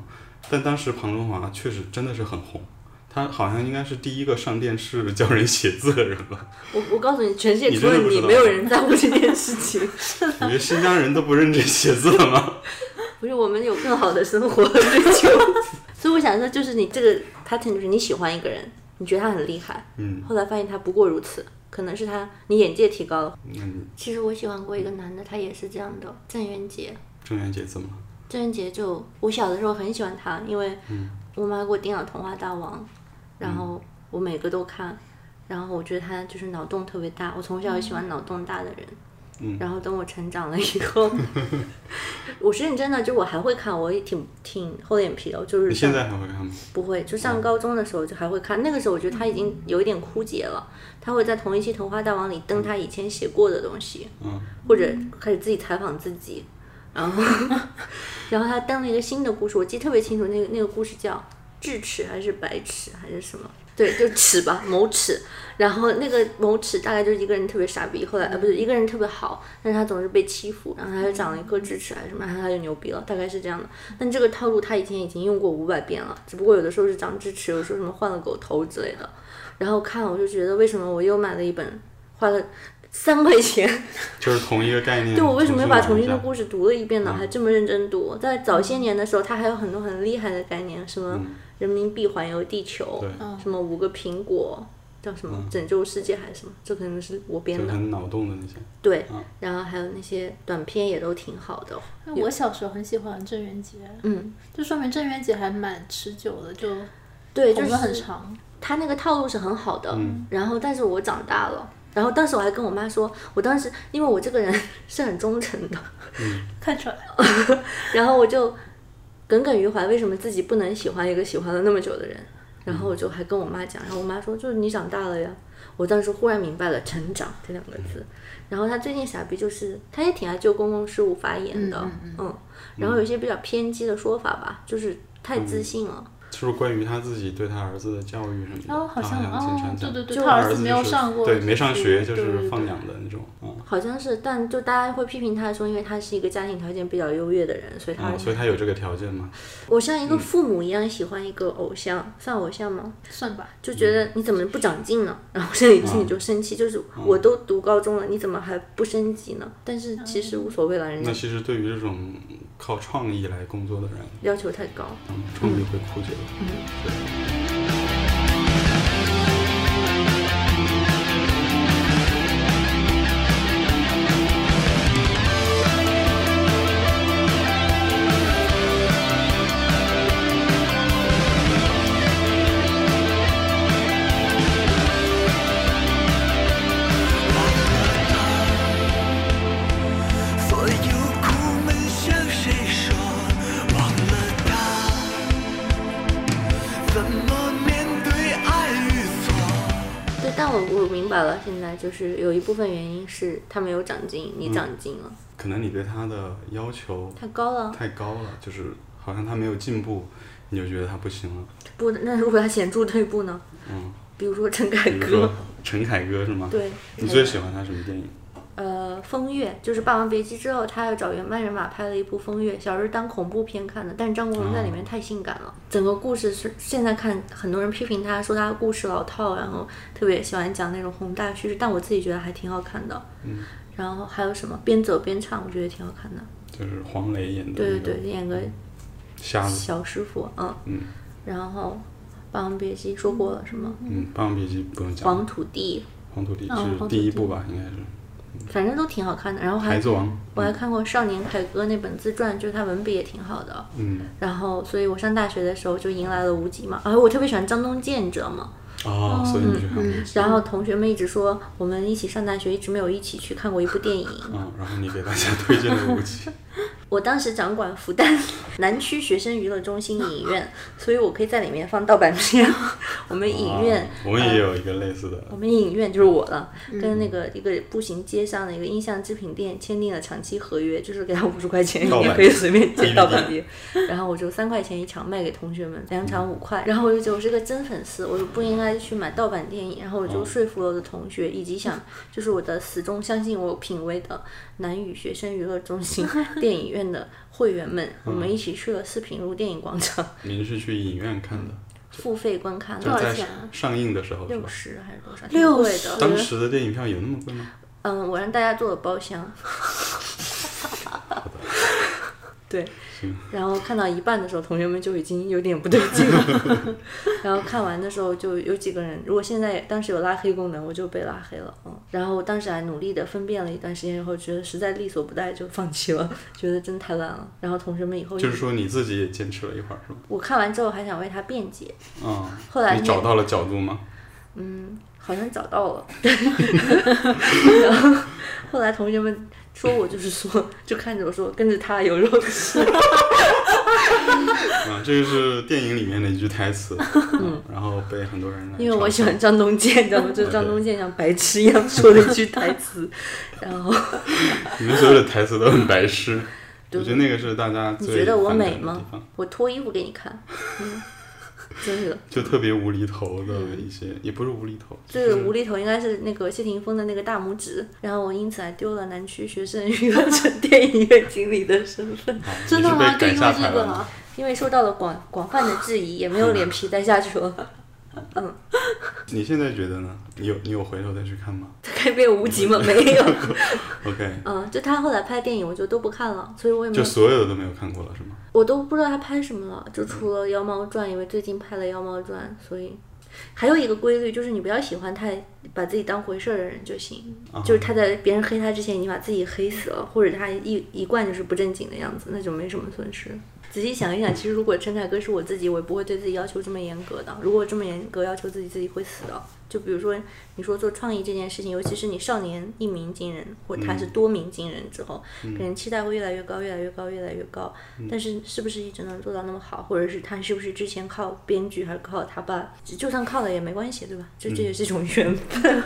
Speaker 3: 但当时庞中华确实真的是很红，他好像应该是第一个上电视教人写字的人吧？
Speaker 2: 我我告诉你，全世界
Speaker 3: 你
Speaker 2: 除
Speaker 3: 真的
Speaker 2: 了
Speaker 3: 不知
Speaker 2: 你，
Speaker 3: 道
Speaker 2: 没有人在乎这件事情。
Speaker 3: 你觉得新疆人都不认真写字了吗？
Speaker 2: 不是，我们有更好的生活追求。 所以我想说，就是你这个 pattern，就是你喜欢一个人，你觉得他很厉害，
Speaker 3: 嗯，
Speaker 2: 后来发现他不过如此，可能是他你眼界提高了。
Speaker 3: 那你
Speaker 2: 其实我喜欢过一个男的，他也是这样的，郑渊洁。
Speaker 3: 郑渊洁字吗？
Speaker 2: 郑渊洁就我小的时候很喜欢他，因为
Speaker 3: 嗯
Speaker 2: 我妈给我订了《童话大王》，然后我每个都看，然后我觉得他就是脑洞特别大，我从小就喜欢脑洞大的人。
Speaker 3: 嗯
Speaker 2: 然后等我成长了以后， 我是认真的，就我还会看，我也挺挺厚脸皮的，就是
Speaker 3: 你现在还会看吗？
Speaker 2: 不会，就上高中的时候就还会看，那个时候我觉得他已经有一点枯竭了，他会在同一期《童话大王》里登他以前写过的东西，
Speaker 3: 嗯，
Speaker 2: 或者开始自己采访自己，然后然后他登了一个新的故事，我记得特别清楚，那个那个故事叫智齿还是白齿还是什么？对，就齿吧，某齿。然后那个某齿大概就是一个人特别傻逼，后来呃不是一个人特别好，但是他总是被欺负，然后他就长了一颗智齿啊还是什么，然后他就牛逼了，大概是这样的。但这个套路他以前已经用过五百遍了，只不过有的时候是长智齿，有时候什么换了狗头之类的。然后看我就觉得为什么我又买了一本，花了三块钱
Speaker 3: 就是同一个概念。
Speaker 2: 对我为什么要把
Speaker 3: 重
Speaker 2: 重
Speaker 3: 新
Speaker 2: 庆
Speaker 3: 玩一
Speaker 2: 的
Speaker 3: 下嗯
Speaker 2: 故事读了一遍呢？还这么认真读？在早些年的时候，它还有很多很厉害的概念，什么人民币环游地球
Speaker 3: 嗯
Speaker 1: 嗯
Speaker 3: 对，嗯
Speaker 2: 什么五个苹果，叫什么《拯救世界》还是什么，这可能是我编
Speaker 3: 就
Speaker 2: 的。
Speaker 3: 很脑洞的那些。
Speaker 2: 对
Speaker 3: 嗯，
Speaker 2: 然后还有那些短片也都挺好的。
Speaker 1: 那我小时候很喜欢郑渊洁，
Speaker 2: 嗯，
Speaker 1: 就说明郑渊洁还蛮持久的，就
Speaker 2: 对，就
Speaker 1: 红
Speaker 2: 是
Speaker 1: 的很长。
Speaker 2: 他那个套路是很好的。
Speaker 3: 嗯
Speaker 2: 然后，但是我长大了，然后当时我还跟我妈说，我当时因为我这个人 是很忠诚的，
Speaker 1: 看 出来，
Speaker 3: 嗯
Speaker 2: 然后我就耿耿于怀，为什么自己不能喜欢一个喜欢了那么久的人？然后我就还跟我妈讲，然后我妈说，就是你长大了呀。我当时忽然明白了“成长”这两个字。然后他最近傻逼就是，他也挺爱就公共事务发言的，
Speaker 1: 嗯
Speaker 2: 嗯然后有一些比较偏激的说法吧，就是太
Speaker 3: 嗯
Speaker 2: 自信了。
Speaker 3: 是不是关于他自己对他儿子的教育什么的？
Speaker 1: 然后
Speaker 3: 好
Speaker 1: 好像
Speaker 3: 像经
Speaker 1: 哦对
Speaker 3: 常，讲，
Speaker 1: 对对，
Speaker 2: 就
Speaker 1: 他
Speaker 3: 他
Speaker 1: 儿
Speaker 3: 儿
Speaker 1: 子
Speaker 3: 子
Speaker 1: 没有
Speaker 3: 就是
Speaker 1: 上过，
Speaker 3: 对，没上学就
Speaker 1: 对对
Speaker 3: 是
Speaker 1: 对
Speaker 3: 放养的那种，嗯，
Speaker 2: 好像是，但就大家会批评他说，因为他是一个家庭条件比较优越的人，所以他、
Speaker 3: 嗯，所以他嗯有这个条件嘛，
Speaker 2: 我像一个父母一样喜欢一个偶像，算偶像吗？
Speaker 1: 算吧。
Speaker 2: 就觉得你怎么不长进呢？ 然后心里心里就生气，就是
Speaker 3: 嗯
Speaker 2: 我都读高中了，你怎么还不升级呢？但是其实无所谓了，人
Speaker 3: 嗯那
Speaker 2: 家
Speaker 3: 其实对于这种靠创意来工作的人，
Speaker 2: 要求太高。
Speaker 3: 嗯，创意会枯竭
Speaker 2: 嗯
Speaker 3: 的。
Speaker 4: 所有苦闷向谁说？忘了他，怎么面对爱与错？
Speaker 2: 对，但我我明白了，现在就是有一部分原因是他没有长进，你长进了，
Speaker 3: 可能你对他的要求
Speaker 2: 太高了。
Speaker 3: 太高了，就是好像他没有进步，你就觉得他不行了。
Speaker 2: 不，那如果他显著退步呢？
Speaker 3: 嗯，
Speaker 2: 比如说陈凯
Speaker 3: 比如说
Speaker 2: 歌，
Speaker 3: 陈凯歌是吗？
Speaker 2: 对，
Speaker 3: 你最喜欢他什么电影？
Speaker 2: 呃，《风月》就是《霸王别姬》之后，他又找原班人马拍了一部《风月》，小时候当恐怖片看的，但是张国荣在里面太性感了。整个故事是现在看，很多人批评他说他的故事老套，然后特别喜欢讲那种宏大叙事，但我自己觉得还挺好看的。
Speaker 3: 嗯。
Speaker 2: 然后还有什么边走边唱，我觉得挺好看的。
Speaker 3: 就是黄磊演的
Speaker 2: 对
Speaker 3: 那
Speaker 2: 对
Speaker 3: 个
Speaker 2: 对，演个
Speaker 3: 瞎子。
Speaker 2: 小师傅，嗯。
Speaker 3: 嗯
Speaker 2: 然后《霸王别姬》说过了什么？
Speaker 3: 嗯，《霸王别姬》不用讲了，
Speaker 2: 黄土地，
Speaker 3: 黄土地
Speaker 1: 哦
Speaker 3: 是
Speaker 1: 黄
Speaker 3: 第一
Speaker 1: 土地
Speaker 3: 部吧，应该是
Speaker 2: 反正都挺好看的。然后
Speaker 3: 《
Speaker 2: 还
Speaker 3: 孩子王》。
Speaker 2: 我还看过《少年凯歌》那本自传，就是他文笔也挺好的。
Speaker 3: 嗯，
Speaker 2: 然后，所以我上大学的时候就迎来了无极嘛。啊，我特别喜欢张东健，你知道吗？
Speaker 3: 哦，所以你去看过。
Speaker 2: 然后同学们一直说我们一起上大学，一直没有一起去看过一部电影。
Speaker 3: 嗯，然后你给大家推荐了《无极》，
Speaker 2: 我当时掌管复旦南区学生娱乐中心影院，所以我可以在里面放盗版片。 我们 影院呃
Speaker 3: 哦，我们也有一个类似的
Speaker 2: 我们影院就是我了，
Speaker 3: 嗯
Speaker 2: 跟那个一个步行街上的一个音像制品店签订了长期合约，就是给他五十块钱一
Speaker 3: 盗
Speaker 2: 年
Speaker 3: 版
Speaker 2: 可以随便借
Speaker 3: DVD
Speaker 2: 盗版碟，然后我就三块钱一场卖给同学们，两场五块，然后我就觉得我是个真粉丝，我就不应该去买盗版电影，然后我
Speaker 3: 哦
Speaker 2: 就说服了我的同学，以及想就是我的死忠相信我有品味的南语学生娱乐中 心电影院的会员们，我
Speaker 3: 嗯
Speaker 2: 们一起去了四平路电影广场，
Speaker 3: 您是去影院看的，
Speaker 2: 付费观看
Speaker 3: 就
Speaker 1: 多
Speaker 2: 了
Speaker 1: 少
Speaker 3: 在
Speaker 1: 钱啊
Speaker 3: 上映的时候是
Speaker 2: 六
Speaker 3: 吧？
Speaker 2: 十还是多少？
Speaker 1: 60
Speaker 2: 挺贵的。
Speaker 3: 当时的电影票有那么贵吗？
Speaker 2: 嗯，我让大家做了包厢。对，然后看到一半的时候，同学们就已经有点不对劲了。 然后看完的时候，就有几个人，如果现在当时有拉黑功能，我就被拉黑了。嗯，然后我当时还努力的分辨了一段时间以后，觉得实在力所不逮，就放弃了，觉得真太烂了。然后同学们以后
Speaker 3: 就是说你自己也坚持了一会儿是吧？
Speaker 2: 我看完之后还想为他辩解，
Speaker 3: 嗯，
Speaker 2: 后来
Speaker 3: 你
Speaker 2: 那
Speaker 3: 找到了角度吗？
Speaker 2: 嗯好像找到 了。然后后来同学们说我就是说，就看着我说跟着他有肉吃。
Speaker 3: 啊，这个是电影里面的一句台 词，嗯，然后被很多人来
Speaker 2: 因为我
Speaker 3: 嘲
Speaker 2: 喜欢
Speaker 3: 笑
Speaker 2: 张东健，你知道吗？就是张东健像白痴一样说了一句台词，然 后
Speaker 3: 你们所有的台词都很白痴，我
Speaker 2: 对
Speaker 3: 觉得那个是大家
Speaker 2: 你
Speaker 3: 最
Speaker 2: 觉得我
Speaker 3: 反感
Speaker 2: 美
Speaker 3: 的地
Speaker 2: 吗
Speaker 3: 方？
Speaker 2: 我脱衣服给你看， 嗯，真的，
Speaker 3: 就特别无厘头的一些，也不是无厘头，就
Speaker 2: 就是
Speaker 3: 是
Speaker 2: 无厘头，应该是那个谢霆锋的那个大拇指，然后我因此还丢了南区学生娱乐城电影院经理的身份，
Speaker 3: 啊你
Speaker 1: 真的
Speaker 3: 是
Speaker 1: 吗？
Speaker 3: 被
Speaker 1: 就因
Speaker 3: 赶下
Speaker 1: 为这
Speaker 3: 台
Speaker 1: 个
Speaker 3: 了吗
Speaker 1: 啊？
Speaker 2: 因为受到了广广泛的质疑，也没有脸皮待下去了。
Speaker 3: 你现在觉得呢？你有你有回头再去看 吗
Speaker 2: 改变无极吗？没有，
Speaker 3: ？OK，
Speaker 2: 嗯，就他后来拍电影，我就都不看了，所以我也没
Speaker 3: 就
Speaker 2: 有
Speaker 3: 所有的都没有看过了是吗？
Speaker 2: 我都不知道他拍什么了，就除了《妖猫传》，因为最近拍了《妖猫传》，所以还有一个规律就是，你不要喜欢太把自己当回事儿的人就行。
Speaker 3: 啊
Speaker 2: 就是他在别人黑他之前，你把自己黑死了，或者他一一贯就是不正经的样子，那就没什么损失。仔细想一想，其实如果陈凯歌是我自己，我也不会对自己要求这么严格的。如果这么严格要求自己，自己会死的。就比如说，你说做创意这件事情，尤其是你少年一鸣惊人，或者他是多鸣惊人之后，可能期待会越来越高，越来越高，越来越高。但是是不是一直能做到那么好，或者是他是不是之前靠编剧还是靠他爸，就算靠了也没关系，对吧？这这也是一种缘分。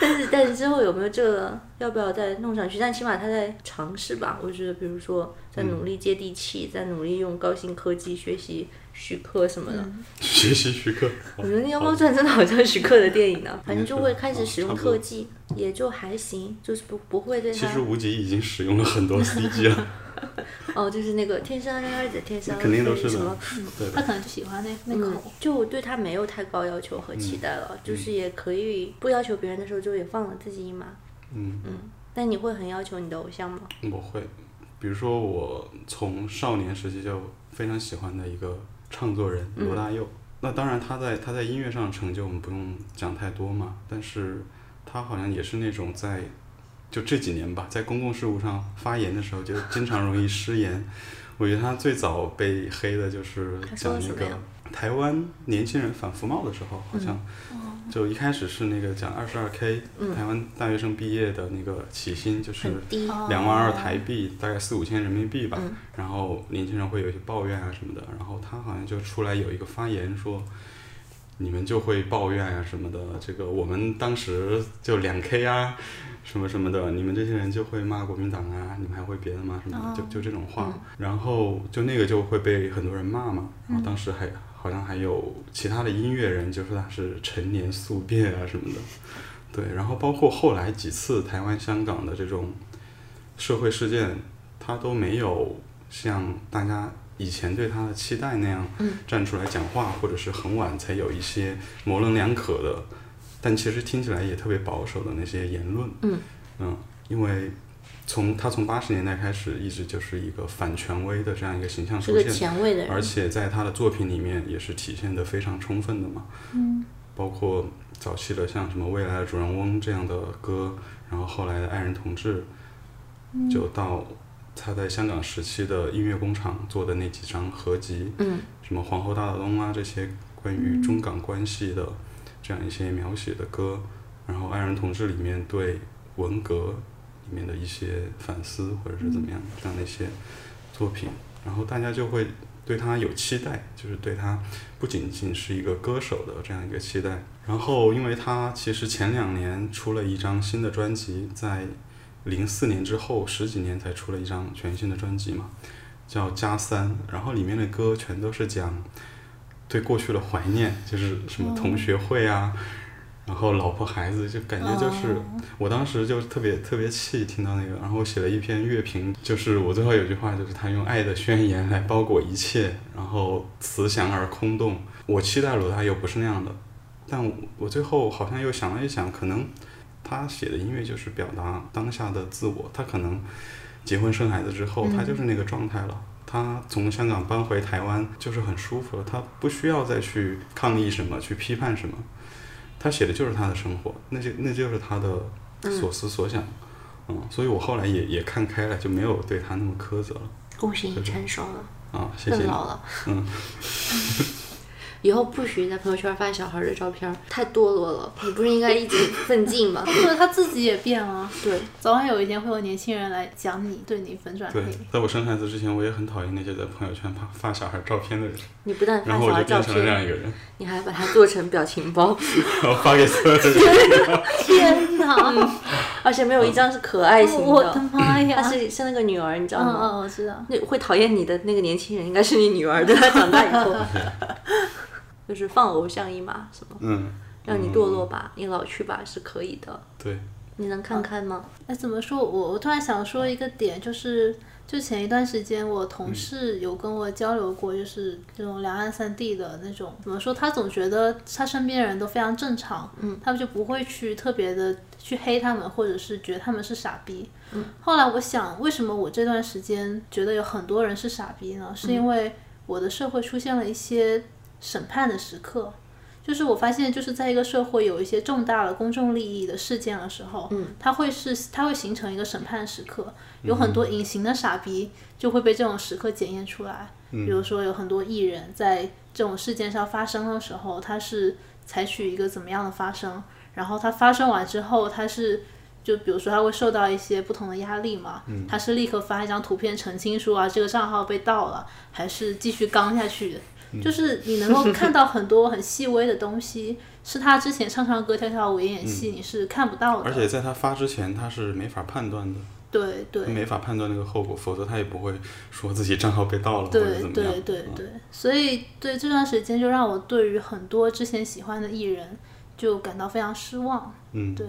Speaker 2: 但是但是之后有没有这个，要不要再弄上去？但起码他在尝试吧。我觉得，比如说在
Speaker 3: 嗯
Speaker 2: 努力接地气，在努力用高新科技学习徐克什
Speaker 3: 啊
Speaker 2: 么的。
Speaker 3: 嗯
Speaker 1: 嗯
Speaker 3: 学习徐克，
Speaker 2: 我觉得《妖猫传》真的好像徐克的电影呢、反正就会开始使用
Speaker 3: 啊差不多
Speaker 2: 特技，也就还行，就是不不会对
Speaker 3: 其实
Speaker 2: 他
Speaker 3: 无极已经使用了很多 CG 了，
Speaker 2: 哦，就是那个天山二的天山
Speaker 3: 肯定都
Speaker 2: 飞
Speaker 3: 是
Speaker 2: 什么嗯
Speaker 3: 的。对
Speaker 1: 他
Speaker 3: 的，嗯
Speaker 1: 可能就喜欢那那口。
Speaker 2: 就我对他没有太高要求和期待了，就是也可以不要求别人的时候，就也放了自己一马。
Speaker 3: 嗯
Speaker 2: 但你会很要求你的偶像吗？
Speaker 3: 我会，比如说我从少年时期就非常喜欢的一个唱作人罗大佑，那当然他在他在音乐上的成就我们不用讲太多嘛，但是他好像也是那种在就这几年吧，在公共事务上发言的时候就经常容易失言。我觉得他最早被黑的就是
Speaker 2: 他说
Speaker 3: 讲
Speaker 2: 了
Speaker 3: 那
Speaker 2: 什么呀
Speaker 3: 个台湾年轻人反服贸的时候，好像
Speaker 2: 嗯
Speaker 3: 就一开始是那个讲二十二 K，台湾大学生毕业的那个起薪就是
Speaker 2: 很低，
Speaker 1: 哦
Speaker 3: 两万二台币，大概四五千人民币吧。
Speaker 2: 嗯
Speaker 3: 然后年轻人会有一些抱怨啊什么的，然后他好像就出来有一个发言说，你们就会抱怨啊什么的，这个我们当时就两 K 啊，什么什么的，你们这些人就会骂国民党啊，你们还会别的吗？什么的，就就这种话，然后就那个就会被很多人骂嘛，然后当时还。好像还有其他的音乐人，就说他是陈年宿变啊什么的，对，然后包括后来几次台湾、香港的这种社会事件，他都没有像大家以前对他的期待那样
Speaker 2: 嗯
Speaker 3: 站出来讲话，或者是很晚才有一些模棱两可的，但其实听起来也特别保守的那些言论。
Speaker 2: 嗯
Speaker 3: 嗯因为从他从八十年代开始，一直就是一个反权威的这样一个形象
Speaker 2: 是
Speaker 3: 出
Speaker 2: 个
Speaker 3: 现，
Speaker 2: 前卫的人。
Speaker 3: 啊而且在他的作品里面也是体现的非常充分的嘛。
Speaker 1: 嗯，
Speaker 3: 包括早期的像什么《未来的主人翁》这样的歌，然后后来的《爱人同志》，就到他在香港时期的音乐工厂做的那几张合集，
Speaker 2: 嗯，
Speaker 3: 什么《皇后大道东》啊这些关于中港关系的这样一些描写的歌，然后《爱人同志》里面对文革里面的一些反思或者是怎么样这样的一些作品，然后大家就会对他有期待，就是对他不仅仅是一个歌手的这样一个期待。然后，因为他其实前两年出了一张新的专辑，在零四年之后十几年才出了一张全新的专辑嘛，叫《加三》，然后里面的歌全都是讲对过去的怀念，就是什么同学会啊。然后老婆孩子就感觉就是，
Speaker 1: 哦
Speaker 3: 我当时就特别特别气，听到那个，然后我写了一篇乐评，就是我最后有句话就是他用爱的宣言来包裹一切，然后慈祥而空洞。我期待罗大佑不是那样的，但我我最后好像又想了一想，可能他写的音乐就是表达当下的自我，他可能结婚生孩子之后，他就是那个状态了。他从香港搬回台湾就是很舒服了，他不需要再去抗议什么，去批判什么，他写的就是他的生活，那就那就是他的所思所想，嗯所以我后来也也看开了，就没有对他那么苛责了
Speaker 2: 恭喜你成熟了，
Speaker 3: 啊，谢谢
Speaker 2: 更
Speaker 3: 你，
Speaker 2: 老了。
Speaker 3: 嗯，
Speaker 2: 以后不许在朋友圈发小孩的照片，太堕落了。你不是应该一直奋进 吗？
Speaker 1: 或者他自己也变了，
Speaker 2: 对，
Speaker 1: 早晚有一天会有年轻人来讲你，对你粉转
Speaker 3: 对
Speaker 1: 黑。，
Speaker 3: 在我生孩子之前，我也很讨厌那些在朋友圈发发小孩照片的人，
Speaker 2: 你不但
Speaker 3: 然
Speaker 2: 发
Speaker 3: 后
Speaker 2: 小
Speaker 3: 我
Speaker 2: 孩
Speaker 3: 就
Speaker 2: 照
Speaker 3: 变成了这样
Speaker 2: 片，
Speaker 3: 一个人，
Speaker 2: 你还把它做成表情包，
Speaker 3: 然后发给所有的 人，
Speaker 1: 天哪！
Speaker 2: 而且没有一张是可爱型
Speaker 1: 我的
Speaker 2: 的，
Speaker 1: 妈呀
Speaker 2: 它！是像那个女儿，你知道
Speaker 1: 嗯
Speaker 2: 吗？
Speaker 1: 嗯，我知道。
Speaker 2: 那会讨厌你的那个年轻人应该是你女儿，对 她长大以后， 就是放偶像一马，什么
Speaker 3: 嗯，
Speaker 2: 让你堕落吧，你老去吧是可以的。
Speaker 3: 对，
Speaker 2: 你能看看吗？
Speaker 1: 哎，怎么说？我我突然想说一个点，就是就前一段时间，我同事有跟我交流过，就是这种两岸三地的那种，怎么说？他总觉得他身边的人都非常正常，嗯，他们就不会去特别的去黑他们，或者是觉得他们是傻逼。嗯，后来我想，为什么我这段时间觉得有很多人嗯是傻逼呢？是因为我的社会出现了一些审判的时刻，就是我发现，就是在一个社会有一些重大的公众利益的事件的时候，嗯，它会是它会形成一个审判时刻，有很
Speaker 3: 嗯
Speaker 1: 多隐形的傻逼就会被这种时刻检验出来。
Speaker 3: 嗯
Speaker 1: 比如说，有很多艺人在这种事件上发生的时候，他是采取一个怎么样的发声，然后他发生完之后，他是就比如说他会受到一些不同的压力嘛，
Speaker 3: 嗯
Speaker 1: 他是立刻发一张图片澄清说啊这个账号被盗了，还是继续刚下去，
Speaker 3: 嗯
Speaker 1: 就是你能够看到很多很细微的东西，是他之前唱唱歌、跳跳舞、演演戏你是看不到的，
Speaker 3: 嗯而且在他发之前，他是没法判断的，
Speaker 1: 对对
Speaker 3: 他没法判断那个后果，否则他也不会说自己账号被盗了或者
Speaker 1: 对
Speaker 3: 怎么样。
Speaker 1: 对对
Speaker 3: 嗯
Speaker 1: 对，所以对这段时间就让我对于很多之前喜欢的艺人就感到非常失望。
Speaker 3: 嗯
Speaker 1: 对，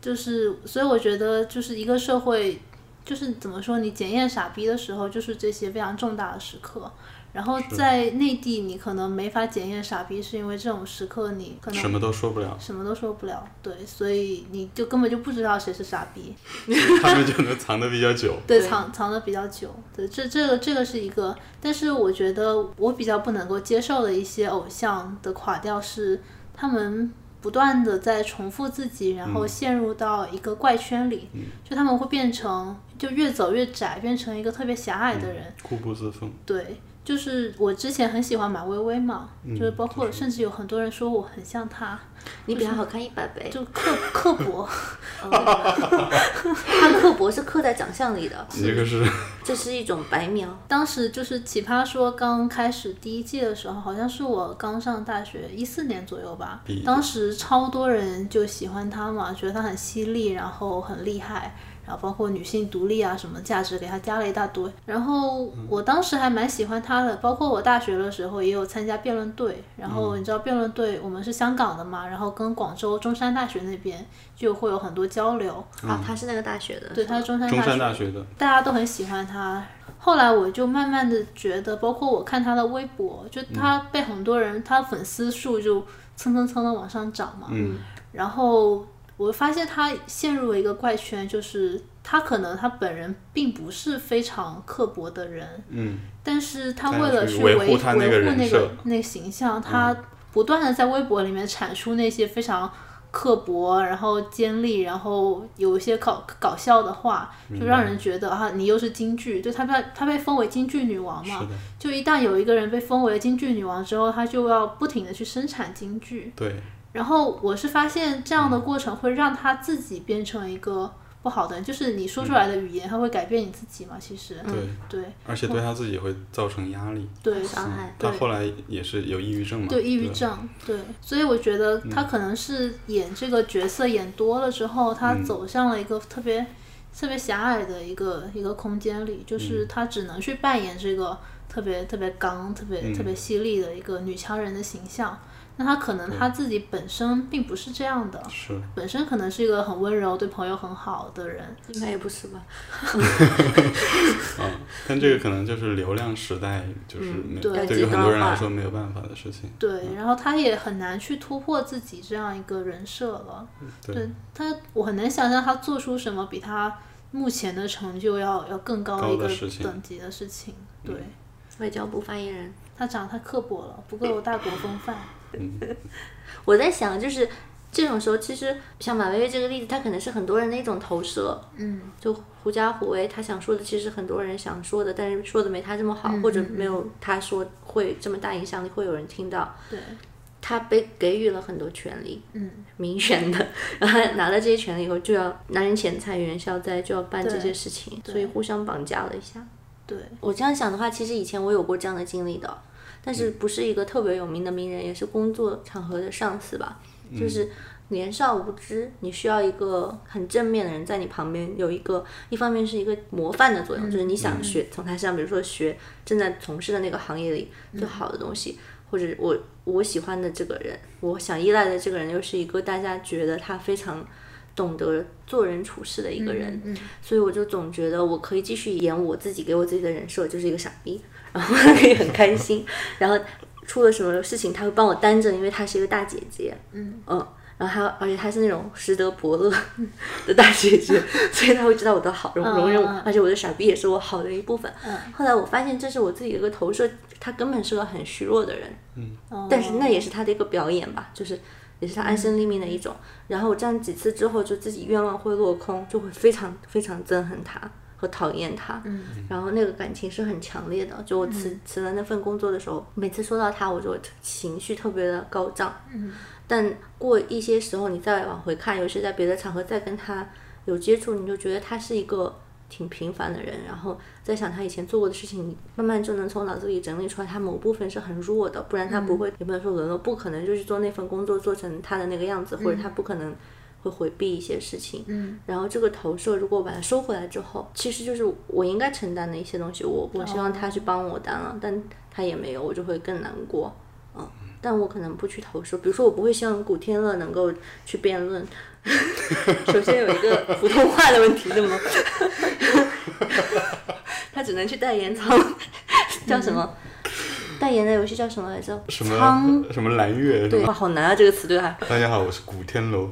Speaker 1: 就是所以我觉得就是一个社会，就是怎么说，你检验傻逼的时候，就是这些非常重大的时刻。然后在内地，你可能没法检验傻逼，是因为这种时刻你可
Speaker 3: 什
Speaker 1: 能，
Speaker 3: 么都说不了
Speaker 1: 什么都说不了，对，所以你就根本就不知道谁是傻逼。
Speaker 3: 他们就能藏得比较久。
Speaker 1: 对，
Speaker 2: 对
Speaker 1: 藏藏的比较久。对，这这个这个是一个，但是我觉得我比较不能够接受的一些偶像的垮掉是，他们不断的在重复自己，然后陷入到一个怪圈里，就他们会变成就越走越窄，变成一个特别狭隘的人。
Speaker 3: 固步自封，
Speaker 1: 对，就是我之前很喜欢马薇薇嘛，嗯就是包括甚至有很多人说我很像她，
Speaker 2: 你比他好看一百倍。
Speaker 1: 就刻刻薄。
Speaker 2: 他刻薄是刻在长相里的，
Speaker 3: 你这个是
Speaker 2: 这是一种白描。
Speaker 1: 当时就是《奇葩说》刚开始第一季的时候，好像是我刚上大学一四年左右吧
Speaker 3: 第一。季
Speaker 1: 当时超多人就喜欢他嘛，觉得他很犀利，然后很厉害，然后包括女性独立啊什么价值，给他加了一大堆。然后我当时还蛮喜欢他的，包括我大学的时候也有参加辩论队。然后你知道辩论队我们是香港的嘛，然后跟广州中山大学那边就会有很多交流。
Speaker 2: 啊，他是那个大学的，
Speaker 1: 对，他是中山
Speaker 3: 中山
Speaker 1: 大
Speaker 3: 大学的，
Speaker 1: 大家都很喜欢他。后来我就慢慢的觉得，包括我看他的微博，就他被很多人，他粉丝数就蹭蹭蹭的往上涨嘛。
Speaker 3: 嗯
Speaker 1: 然后我发现他陷入了一个怪圈，就是他可能他本人并不是非常刻薄的人，
Speaker 3: 嗯，
Speaker 1: 但是他
Speaker 3: 但
Speaker 1: 为了
Speaker 3: 是
Speaker 1: 去
Speaker 3: 维
Speaker 1: 维
Speaker 3: 护他那个
Speaker 1: 维护
Speaker 3: 人
Speaker 1: 那
Speaker 3: 设嗯
Speaker 1: 个那个形象，他不断的在微博里面阐述那些非常刻薄，然后尖利，然后有一些搞搞笑的话，就让人觉得啊，你又是京剧，就他被他被封为京剧女王
Speaker 3: 是
Speaker 1: 嘛。
Speaker 3: 的，
Speaker 1: 就一旦有一个人被封为京剧女王之后，他就要不停的去生产京剧。
Speaker 3: 对，
Speaker 1: 然后我是发现这样的过程会让他自己变成一个不好的人，就是你说出来的语言，它会改变你自己嘛。其实，
Speaker 3: 对，
Speaker 1: 对
Speaker 3: 而且对他自己会造成压力。嗯
Speaker 1: 对，
Speaker 2: 伤害。
Speaker 3: 他
Speaker 1: 对
Speaker 3: 后来也是有抑郁症嘛？
Speaker 1: 对抑郁
Speaker 3: 吧，嗯
Speaker 1: 症，对，所以我觉得他可能是演这个角色演多了之后，他
Speaker 3: 嗯
Speaker 1: 走向了一个特别特别狭隘的一个一个空间里，
Speaker 3: 嗯
Speaker 1: 就是他只能去扮演这个特别特别刚、特
Speaker 3: 嗯
Speaker 1: 别特别犀利的一个女强人的形象。那他可能他自己本身并不是这样的，
Speaker 3: 是
Speaker 1: 本身可能是一个很温柔、对朋友很好的人。
Speaker 2: 应该也不是吧？
Speaker 3: 啊，但这个可能就是流量时代，就是
Speaker 2: 嗯
Speaker 3: 没
Speaker 1: 对
Speaker 3: 对于很多人来说没有办法的事情。
Speaker 1: 对，然后他也很难去突破自己这样一个人设了。
Speaker 3: 对
Speaker 1: 对，他，我很难想象他做出什么比他目前的成就要要更高
Speaker 3: 高
Speaker 1: 一个
Speaker 3: 的事情
Speaker 1: 等级的事情。对，
Speaker 2: 外交部发言人，
Speaker 1: 他长得太刻薄了，不够有大国风范。
Speaker 2: 我在想，就是这种时候，其实像马薇薇这个例子，她可能是很多人的一种投射。
Speaker 1: 嗯，
Speaker 2: 就狐假虎威，哎她想说的其实很多人想说的，但是说的没她这么好，
Speaker 1: 嗯
Speaker 2: 或者没有她说会这么大影响力，会有人听到。
Speaker 1: 嗯对，
Speaker 2: 她被给予了很多权利，
Speaker 1: 嗯，
Speaker 2: 民选的， 然后拿了这些权利以后，就要拿人钱财，有人消灾，就要办这些事情，所以互相绑架了一下。
Speaker 1: 对，
Speaker 2: 我这样想的话，其实以前我有过这样的经历的，但是不是一个特别有名的名人，也是工作场合的上司吧，
Speaker 1: 嗯
Speaker 2: 就是。年少无知，你需要一个很正面的人在你旁边，有一个一方面是一个模范的作
Speaker 1: 嗯
Speaker 2: 用，就是你想学从他身上，比如说学正在从事的那个行业里
Speaker 1: 嗯
Speaker 2: 最好的东西，或者我我喜欢的这个人，我想依赖的这个人，又是一个大家觉得他非常懂得做人处事的一个人，
Speaker 1: 嗯，
Speaker 2: 所以我就总觉得我可以继续演我自己给我自己的人设，就是一个傻逼， 然后可以很开 心，然后出了什么事情他会帮我担着，因为她是一个大姐姐，嗯然后他而且他是那种识得伯乐的大学生， 所以他会知道我的好，容容忍我
Speaker 1: 嗯嗯嗯，
Speaker 2: 而且我的傻逼也是我好的一部分
Speaker 1: 嗯。
Speaker 2: 后来我发现这是我自己的一个投射，他根本是个很虚弱的人，但是那也是他的一个表演吧，就是也是他安身立命的一种。然后我这样几次之后，就自己愿望会落空，就会非常非常憎恨他和讨厌他。嗯，然后那个感情是很强烈的。就我辞、辞了那份工作的时候，每次说到他，我就情绪特别的高涨。嗯，但过一些时候，你再往回看，尤其是在别的场合再跟他有接触，你就觉得他是一个。挺平凡的人，然后再想他以前做过的事情，你慢慢就能从脑子里整理出来，他某部分是很弱的，不然他不会，也不能说沦落，不可能就是做那份工作做成他的那个样子，或者他不可能会回避一些事情。嗯，然后这个投射，如果我把它收回来之后，其实就是我应该承担的一些东西，我我希望他去帮我担了，但他也没有，我就会更难过。嗯，但我可能不去投射，比如说我不会像古天乐能够去辩论。 首先有一个普通话的问题， 对吗？他只能去代言仓， 叫什么？代言的游戏叫什么来着？
Speaker 3: 什
Speaker 2: 仓
Speaker 3: 么什么蓝月是
Speaker 2: 对，
Speaker 3: 吧？
Speaker 2: 哇，好难啊，这个词对吧？
Speaker 3: 大家好，我是古天楼。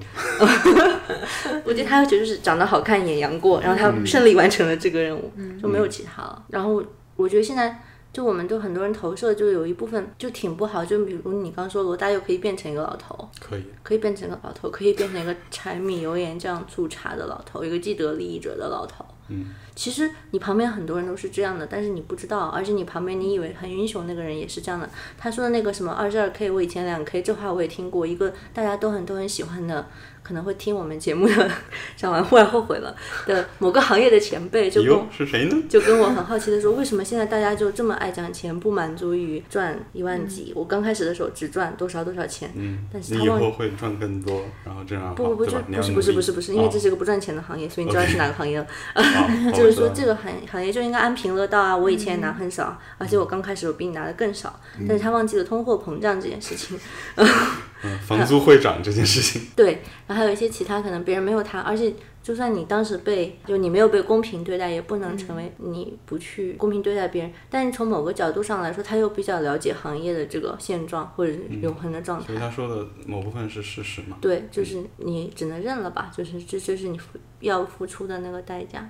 Speaker 2: 我觉得他就是长得好看，演杨过，然后
Speaker 3: 嗯
Speaker 2: 他顺利完成了这个任务，就没有其他了。然后我觉得现在就我们对很多人投射，就有一部分就挺不好，就比如你刚说罗大佑可以变成一个老头，
Speaker 3: 可以，
Speaker 2: 可以变成一个老头，可以变成一个柴米油盐酱醋茶的老头，一个既得利益者的老头。
Speaker 3: 嗯，
Speaker 2: 其实你旁边很多人都是这样的，但是你不知道，而且你旁边你以为很英雄那个人也是这样的。他说的那个什么二十二 K，我以前两 K 这话我也听过，一个大家都很都很喜欢的，可能会听我们节目的，讲完忽然后悔了的某个行业的前辈就跟我
Speaker 3: 哟，是谁呢？
Speaker 2: 就跟我很好奇的说，为什么现在大家就这么爱讲钱，不满足于赚一万几？我刚开始的时候只赚多少多少钱，
Speaker 3: 嗯，
Speaker 2: 但是
Speaker 3: 你
Speaker 2: 他
Speaker 3: 以
Speaker 2: 忘
Speaker 3: 后会赚更多，然后这样
Speaker 2: 不不不，
Speaker 3: 对
Speaker 2: 就
Speaker 3: 吧？你要
Speaker 2: 不是
Speaker 3: 努力啊
Speaker 2: 不是不是不是，因为这是个不赚钱的行业，所以你知道
Speaker 3: OK
Speaker 2: 是哪个行业了。啊
Speaker 3: 哦好嗯
Speaker 2: 就是
Speaker 3: 我
Speaker 2: 说
Speaker 3: 知道
Speaker 2: 这个行行业就应该安平乐道啊！我以前拿很少，而且我刚开始我比你拿的更少，但是他忘记了通货膨胀这件事情。
Speaker 3: 嗯房租会涨这件事情，
Speaker 2: 对，然后还有一些其他可能别人没有他，而且就算你当时被就你没有被公平对待，也不能成为
Speaker 3: 嗯
Speaker 2: 你不去公平对待别人。但是从某个角度上来说，他又比较了解行业的这个现状或者是永恒的状态
Speaker 3: 嗯所以。他说的某部分是事实嘛。
Speaker 2: 对，就是你只能认了吧，就是这这是你付要付出的那个代价。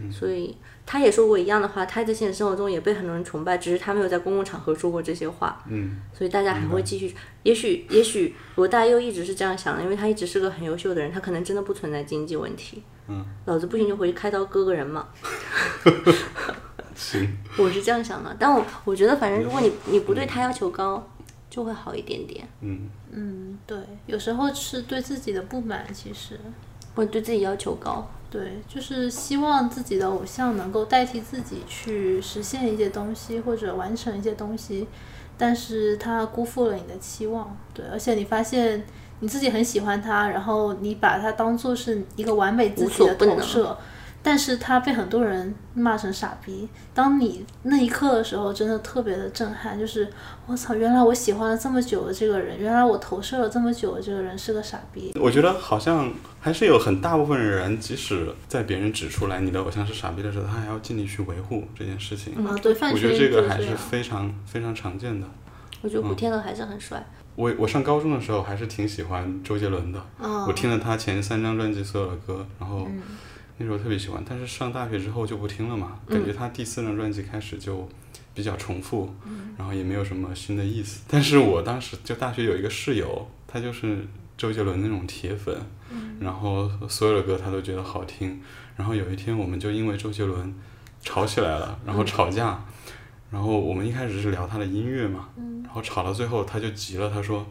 Speaker 3: 嗯
Speaker 2: 所以他也说过一样的话，他在现实生活中也被很多人崇拜，只是他没有在公共场合说过这些话。
Speaker 3: 嗯，
Speaker 2: 所以大家还会继续。也许也许罗大佑一直是这样想的，因为他一直是个很优秀的人，他可能真的不存在经济问题。
Speaker 3: 嗯，
Speaker 2: 老子不行就回去开刀割个人嘛，
Speaker 3: 行，
Speaker 2: 我是这样想的。但我我觉得反正如果你你不对他要求高，就会好一点点。
Speaker 3: 嗯，
Speaker 1: 嗯，对，有时候是对自己的不满，其实
Speaker 2: 或者对自己要求高，
Speaker 1: 对，就是希望自己的偶像能够代替自己去实现一些东西或者完成一些东西，但是他辜负了你的期望，对，而且你发现你自己很喜欢他，然后你把他当做是一个完美自
Speaker 2: 无
Speaker 1: 己
Speaker 2: 所
Speaker 1: 的
Speaker 2: 不能啊
Speaker 1: 投射。但是他被很多人骂成傻逼。当你那一刻的时候，真的特别的震撼，就是我操，原来我喜欢了这么久的这个人，原来我投射了这么久的这个人是个傻逼。
Speaker 3: 我觉得好像还是有很大部分人，即使在别人指出来你的偶像是傻逼的时候，他还要尽力去维护这件事情。
Speaker 1: 啊，对，饭
Speaker 3: 嗯我觉
Speaker 1: 圈
Speaker 3: 得
Speaker 1: 一
Speaker 3: 这
Speaker 1: 直
Speaker 3: 个还是
Speaker 1: 样
Speaker 3: 非常非常常见的。
Speaker 2: 我觉
Speaker 3: 嗯
Speaker 2: 得古天乐还是很帅。
Speaker 3: 我我上高中的时候还是挺喜欢周杰伦的，
Speaker 1: 嗯
Speaker 3: 我听了他前三张专辑所有的歌，然后那时候特别喜欢。但是上大学之后就不听了嘛，感觉他第四张专辑开始就比较重复，然后也没有什么新的意思。但是我当时就大学有一个室友，他就是周杰伦那种铁粉，然后所有的歌他都觉得好听。然后有一天我们就因为周杰伦吵起来了，然后吵架。然后我们一开始是聊他的音乐嘛，然后吵到最后他就急了，他说：“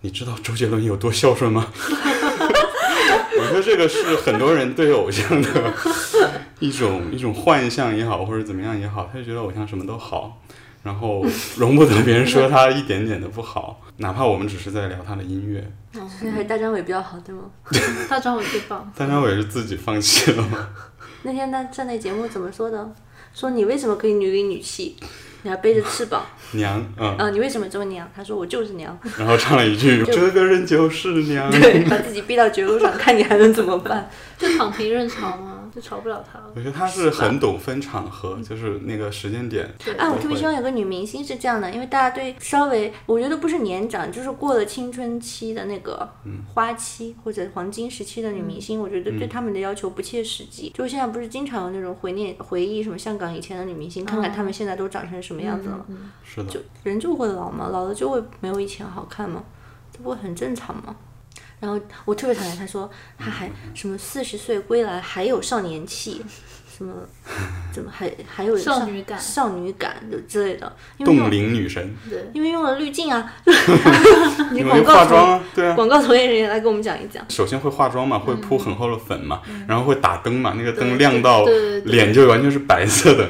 Speaker 3: 你知道周杰伦有多孝顺吗？”我觉得这个是很多人对偶像的一种一种幻象也好，或者怎么样也好，他就觉得偶像什么都好，然后容不得别人说他一点点的不好，哪怕我们只是在聊他的音乐。
Speaker 2: 所以哦还是大张伟比较好，对吗？
Speaker 1: 大张伟最 棒。
Speaker 3: 但张伟是自己放弃了嘛，
Speaker 2: 那天他站在节目怎么说的？说你为什么可以女里女气？你还背着翅膀
Speaker 3: 娘，嗯，
Speaker 2: 啊？你为什么这么娘？他说我就是娘，
Speaker 3: 然后唱了一句：“这个人就是娘。”
Speaker 2: 对，把自己逼到绝路上，看你还能怎么办？
Speaker 1: 就躺平认潮吗？就吵不了他了。
Speaker 3: 我觉得他是很懂分场合，就是那个时间点。
Speaker 1: 对
Speaker 2: 啊，我特别希望有个女明星是这样的，因为大家对稍微，我觉得不是年长，就是过了青春期的那个花期或者黄金时期的女明星，我觉得对她们的要求不切实际。就是现在不是经常有那种回念回忆什么香港以前的女明星，看看她们现在都长成什么样子
Speaker 1: 啊
Speaker 2: 了，
Speaker 3: 是的，
Speaker 2: 人就会老嘛，老了就会没有以前好看嘛，这不会很正常吗？然后我特别讨厌他说他还什么四十岁归来还有少年气，什么怎么还还有
Speaker 1: 少女感
Speaker 2: 少女感就之类的，因为用
Speaker 3: 冻龄女神，
Speaker 1: 对，
Speaker 2: 因为用了滤镜啊，你
Speaker 3: 因
Speaker 2: 广
Speaker 3: 为
Speaker 2: 告
Speaker 3: 化
Speaker 2: 从
Speaker 3: 妆啊，对啊。
Speaker 2: 广嗯告从业人员来给我们讲一讲，
Speaker 3: 首先会化妆嘛，会铺很厚的粉嘛，
Speaker 2: 嗯
Speaker 3: 然后会打灯嘛，那个
Speaker 1: 对
Speaker 3: 灯亮到
Speaker 1: 对对对
Speaker 3: 脸就完全是白色的，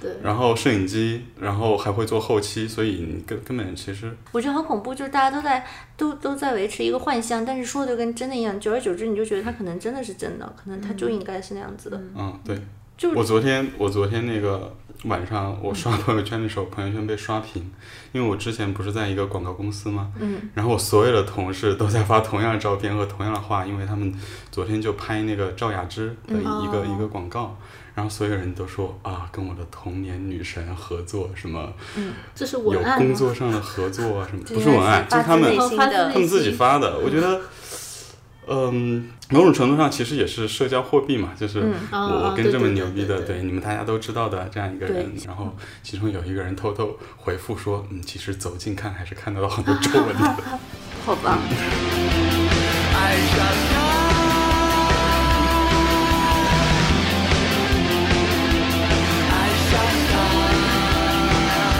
Speaker 1: 对
Speaker 3: 然后摄影机，然后还会做后期，所以你根根本其实
Speaker 2: 我觉得很恐怖，就是大家都在都都在维持一个幻象，但是说的跟真的一样，久而久之你就觉得他可能真的是真的，可能他就应该是那样子的，
Speaker 3: 嗯，对，
Speaker 2: 就是
Speaker 3: 我昨天我昨天那个晚上我刷朋友圈的时候， 朋友圈被刷屏，因为我之前不是在一个广告公司吗？
Speaker 2: 嗯，
Speaker 3: 然后我所有的同事都在发同样的照片和同样的话，因为他们昨天就拍那个赵雅芝的一一个、一个广告。然后所有人都说啊，跟我的童年女神合作，什么
Speaker 1: 这是
Speaker 3: 有
Speaker 1: 文案啊
Speaker 3: 工
Speaker 1: 吗？
Speaker 3: 作上的合作啊，什么
Speaker 2: 这
Speaker 3: 不是文案，就
Speaker 2: 发
Speaker 3: 是他
Speaker 2: 自
Speaker 3: 们
Speaker 2: 内心
Speaker 1: 发自
Speaker 2: 的
Speaker 1: 内
Speaker 3: 他们自己
Speaker 1: 心
Speaker 3: 发的，我觉得，嗯，某种程度上其实也是社交货币嘛，就是
Speaker 2: 嗯
Speaker 3: 我、
Speaker 1: 啊
Speaker 2: 哦
Speaker 3: 我跟
Speaker 1: 对
Speaker 3: 这么
Speaker 1: 对对
Speaker 3: 牛逼的，
Speaker 1: 对对
Speaker 3: 你们大家都知道的这样一个人
Speaker 2: 对，
Speaker 3: 然后其中有一个人偷偷回复说，嗯，其实走近看还是看得到很多皱纹 的，
Speaker 2: 好吧。
Speaker 4: 爱上他，爱上他。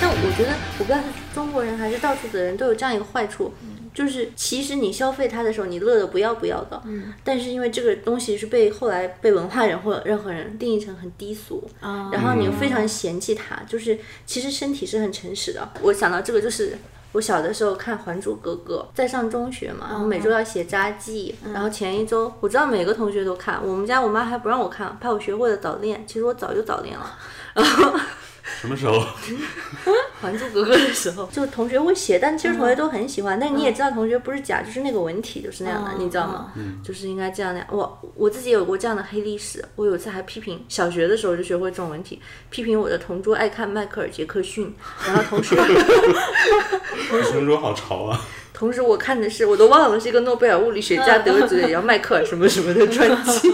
Speaker 2: 但我觉得，我不知道是中国人还是到处的人都有这样一个坏处，就是其实你消费它的时候，你乐得不要不要的，但是因为这个东西是被后来被文化人或者任何人定义成很低俗，
Speaker 1: 啊
Speaker 2: 然后你又非常嫌弃它，就是其实身体是很诚实的。我想到这个就是。我小的时候看《还珠格格》，在上中学嘛，然后每周要写札记，然后前一周我知道每个同学都看，我们家我妈还不让我看，怕我学会了早恋，其实我早就早恋了。
Speaker 3: 什么时候？
Speaker 2: 《还珠格格》的时候，嗯就同学会写，但其实同学都很喜欢。但你也知道，同学不是假，就是那个文体就是那样的，
Speaker 1: 哦
Speaker 2: 你知道吗？就是应该这样的。我我自己有过这样的黑历史，我有一次还批评，小学的时候就学会这种文体，批评我的同桌爱看迈克尔·杰克 逊，然后同时
Speaker 3: 我同桌好潮啊！
Speaker 2: 同时我看的是我都忘了是一个诺贝尔物理学家得主，然后迈克尔什么什么的传 记，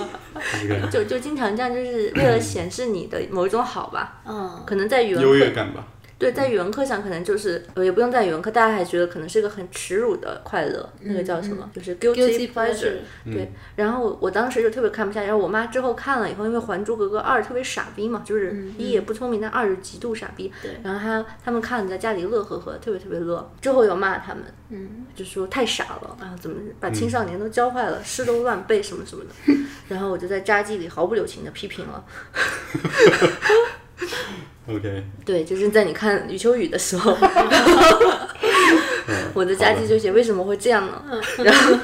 Speaker 3: 那个
Speaker 2: 就就经常这样，就是为了显示你的某一种好吧。
Speaker 1: 嗯，
Speaker 2: 可能在语文
Speaker 3: 优
Speaker 2: 课
Speaker 3: 越感吧，
Speaker 2: 对，在语文课上可能就是呃，也不用在语文课，大家还觉得可能是一个很耻辱的快乐，那个叫什么，就是 guilty
Speaker 1: Guilty
Speaker 2: pleasure
Speaker 1: pleasure。
Speaker 2: 对，然后我我当时就特别看不下去，然后我妈之后看了以后，因为《还珠格格二》特别傻逼嘛，就是一也不聪明，但二就极度傻逼。
Speaker 1: 对
Speaker 2: 然后她他们看了在家里乐呵呵，特别特别乐。之后有骂他们，
Speaker 1: 嗯，
Speaker 2: 就说太傻了啊，怎么把青少年都教坏了，诗都乱背什么什么的。然后我就在札记里毫不留情的批评了。
Speaker 3: ，OK，
Speaker 2: 对，就是在你看余秋雨的时候， 我的家
Speaker 3: 好
Speaker 2: 计
Speaker 3: 的
Speaker 2: 就写为什么会这样呢？然后，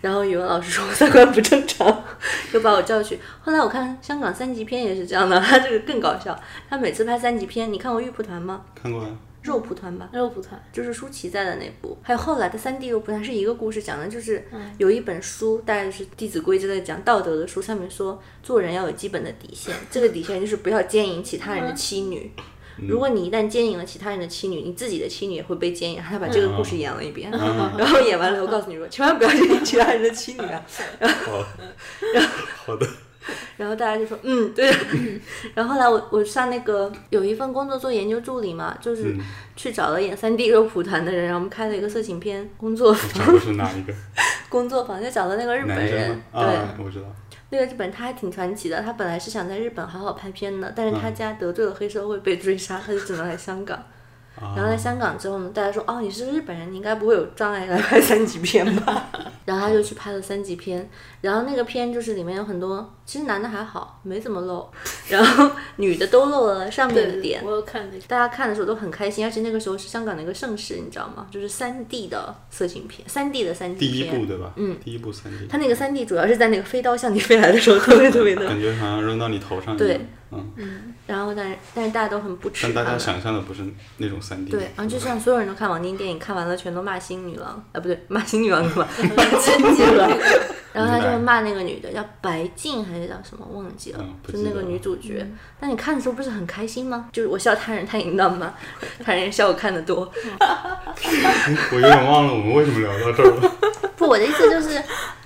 Speaker 2: 然后语文老师说我三观不正常，就把我叫去。后来我看香港三级片也是这样的，他这个更搞笑。他每次拍三级片，你看过《玉蒲团》吗？
Speaker 3: 看过呀，
Speaker 2: 肉蒲团吧，
Speaker 1: 肉蒲团，
Speaker 2: 就是舒淇在的那部，还有后来的三 D 肉蒲团是一个故事，讲的就是有一本书，大概是《弟子规》之类讲道德的书，上面说做人要有基本的底线，这个底线就是不要奸淫其他人的妻女。如果你一旦奸淫了其他人的妻女，你自己的妻女也会被奸淫。他把这个故事演了一遍， 然后演完了以后告诉你说，千万不要奸淫其他人的妻女啊。
Speaker 3: 好，好的，
Speaker 2: 然后大家就说，嗯，对。 然后后来我我上那个有一份工作做研究助理嘛，就是
Speaker 3: 嗯
Speaker 2: 去找了演三 D 肉蒲团的人，然后我们开了一个色情片工作
Speaker 3: 我
Speaker 2: 坊，
Speaker 3: 找的是哪 一个
Speaker 2: 工作坊就找了那个日本
Speaker 3: 男生
Speaker 2: 人
Speaker 3: 吗？，
Speaker 2: 对，
Speaker 3: 啊，我知道，
Speaker 2: 那个日本他还挺传奇的，他本来
Speaker 3: 啊
Speaker 2: 是想在日本好好拍片的，但是他家得罪了黑社会被追杀，他就只能来香港。
Speaker 3: 啊
Speaker 2: 然后在香港之后呢，大家说哦，你是个日本人，你应该不会有障碍来拍三级片吧？ 然后他就去拍了三级片，然后那个片就是里面有很多，其实男的还好，没怎么 露，然后女的都露了上面的点
Speaker 1: 我。有看那个，
Speaker 2: 大家看的时候都很开心，而且那个时候是香港的一个盛世，你知道吗？就是三 D 的色情片，三 D 的三
Speaker 3: 第
Speaker 2: D
Speaker 3: 一
Speaker 2: 片。
Speaker 3: 部对吧？嗯，第一部三 D，
Speaker 2: 他那个三 D 主要是在那个飞刀向你飞来的时候特别特别 的
Speaker 3: 感觉好像扔到你头上一
Speaker 2: 对
Speaker 3: 样，嗯，
Speaker 2: 然后但是但是大家都很不耻
Speaker 3: 但
Speaker 2: 他
Speaker 3: 大
Speaker 2: 们
Speaker 3: 家。想象的不是那种三 D，
Speaker 2: 对，然后就像所有人都看网订电影，看完了全都骂新女郎，啊不对，骂新女 郎干嘛？骂新女郎。然后他就骂那个女的叫白静还是叫什么忘记了，
Speaker 3: 嗯不
Speaker 2: 就
Speaker 3: 记
Speaker 2: 那
Speaker 3: 得
Speaker 2: 个
Speaker 3: 了嗯
Speaker 2: 女主角。那你看的时候不是很开心吗？就是我笑他人太淫荡吗？ 他人笑我看 的多。
Speaker 3: 我有点忘了我们为什么聊到这儿了。
Speaker 2: 不，我的意思就是，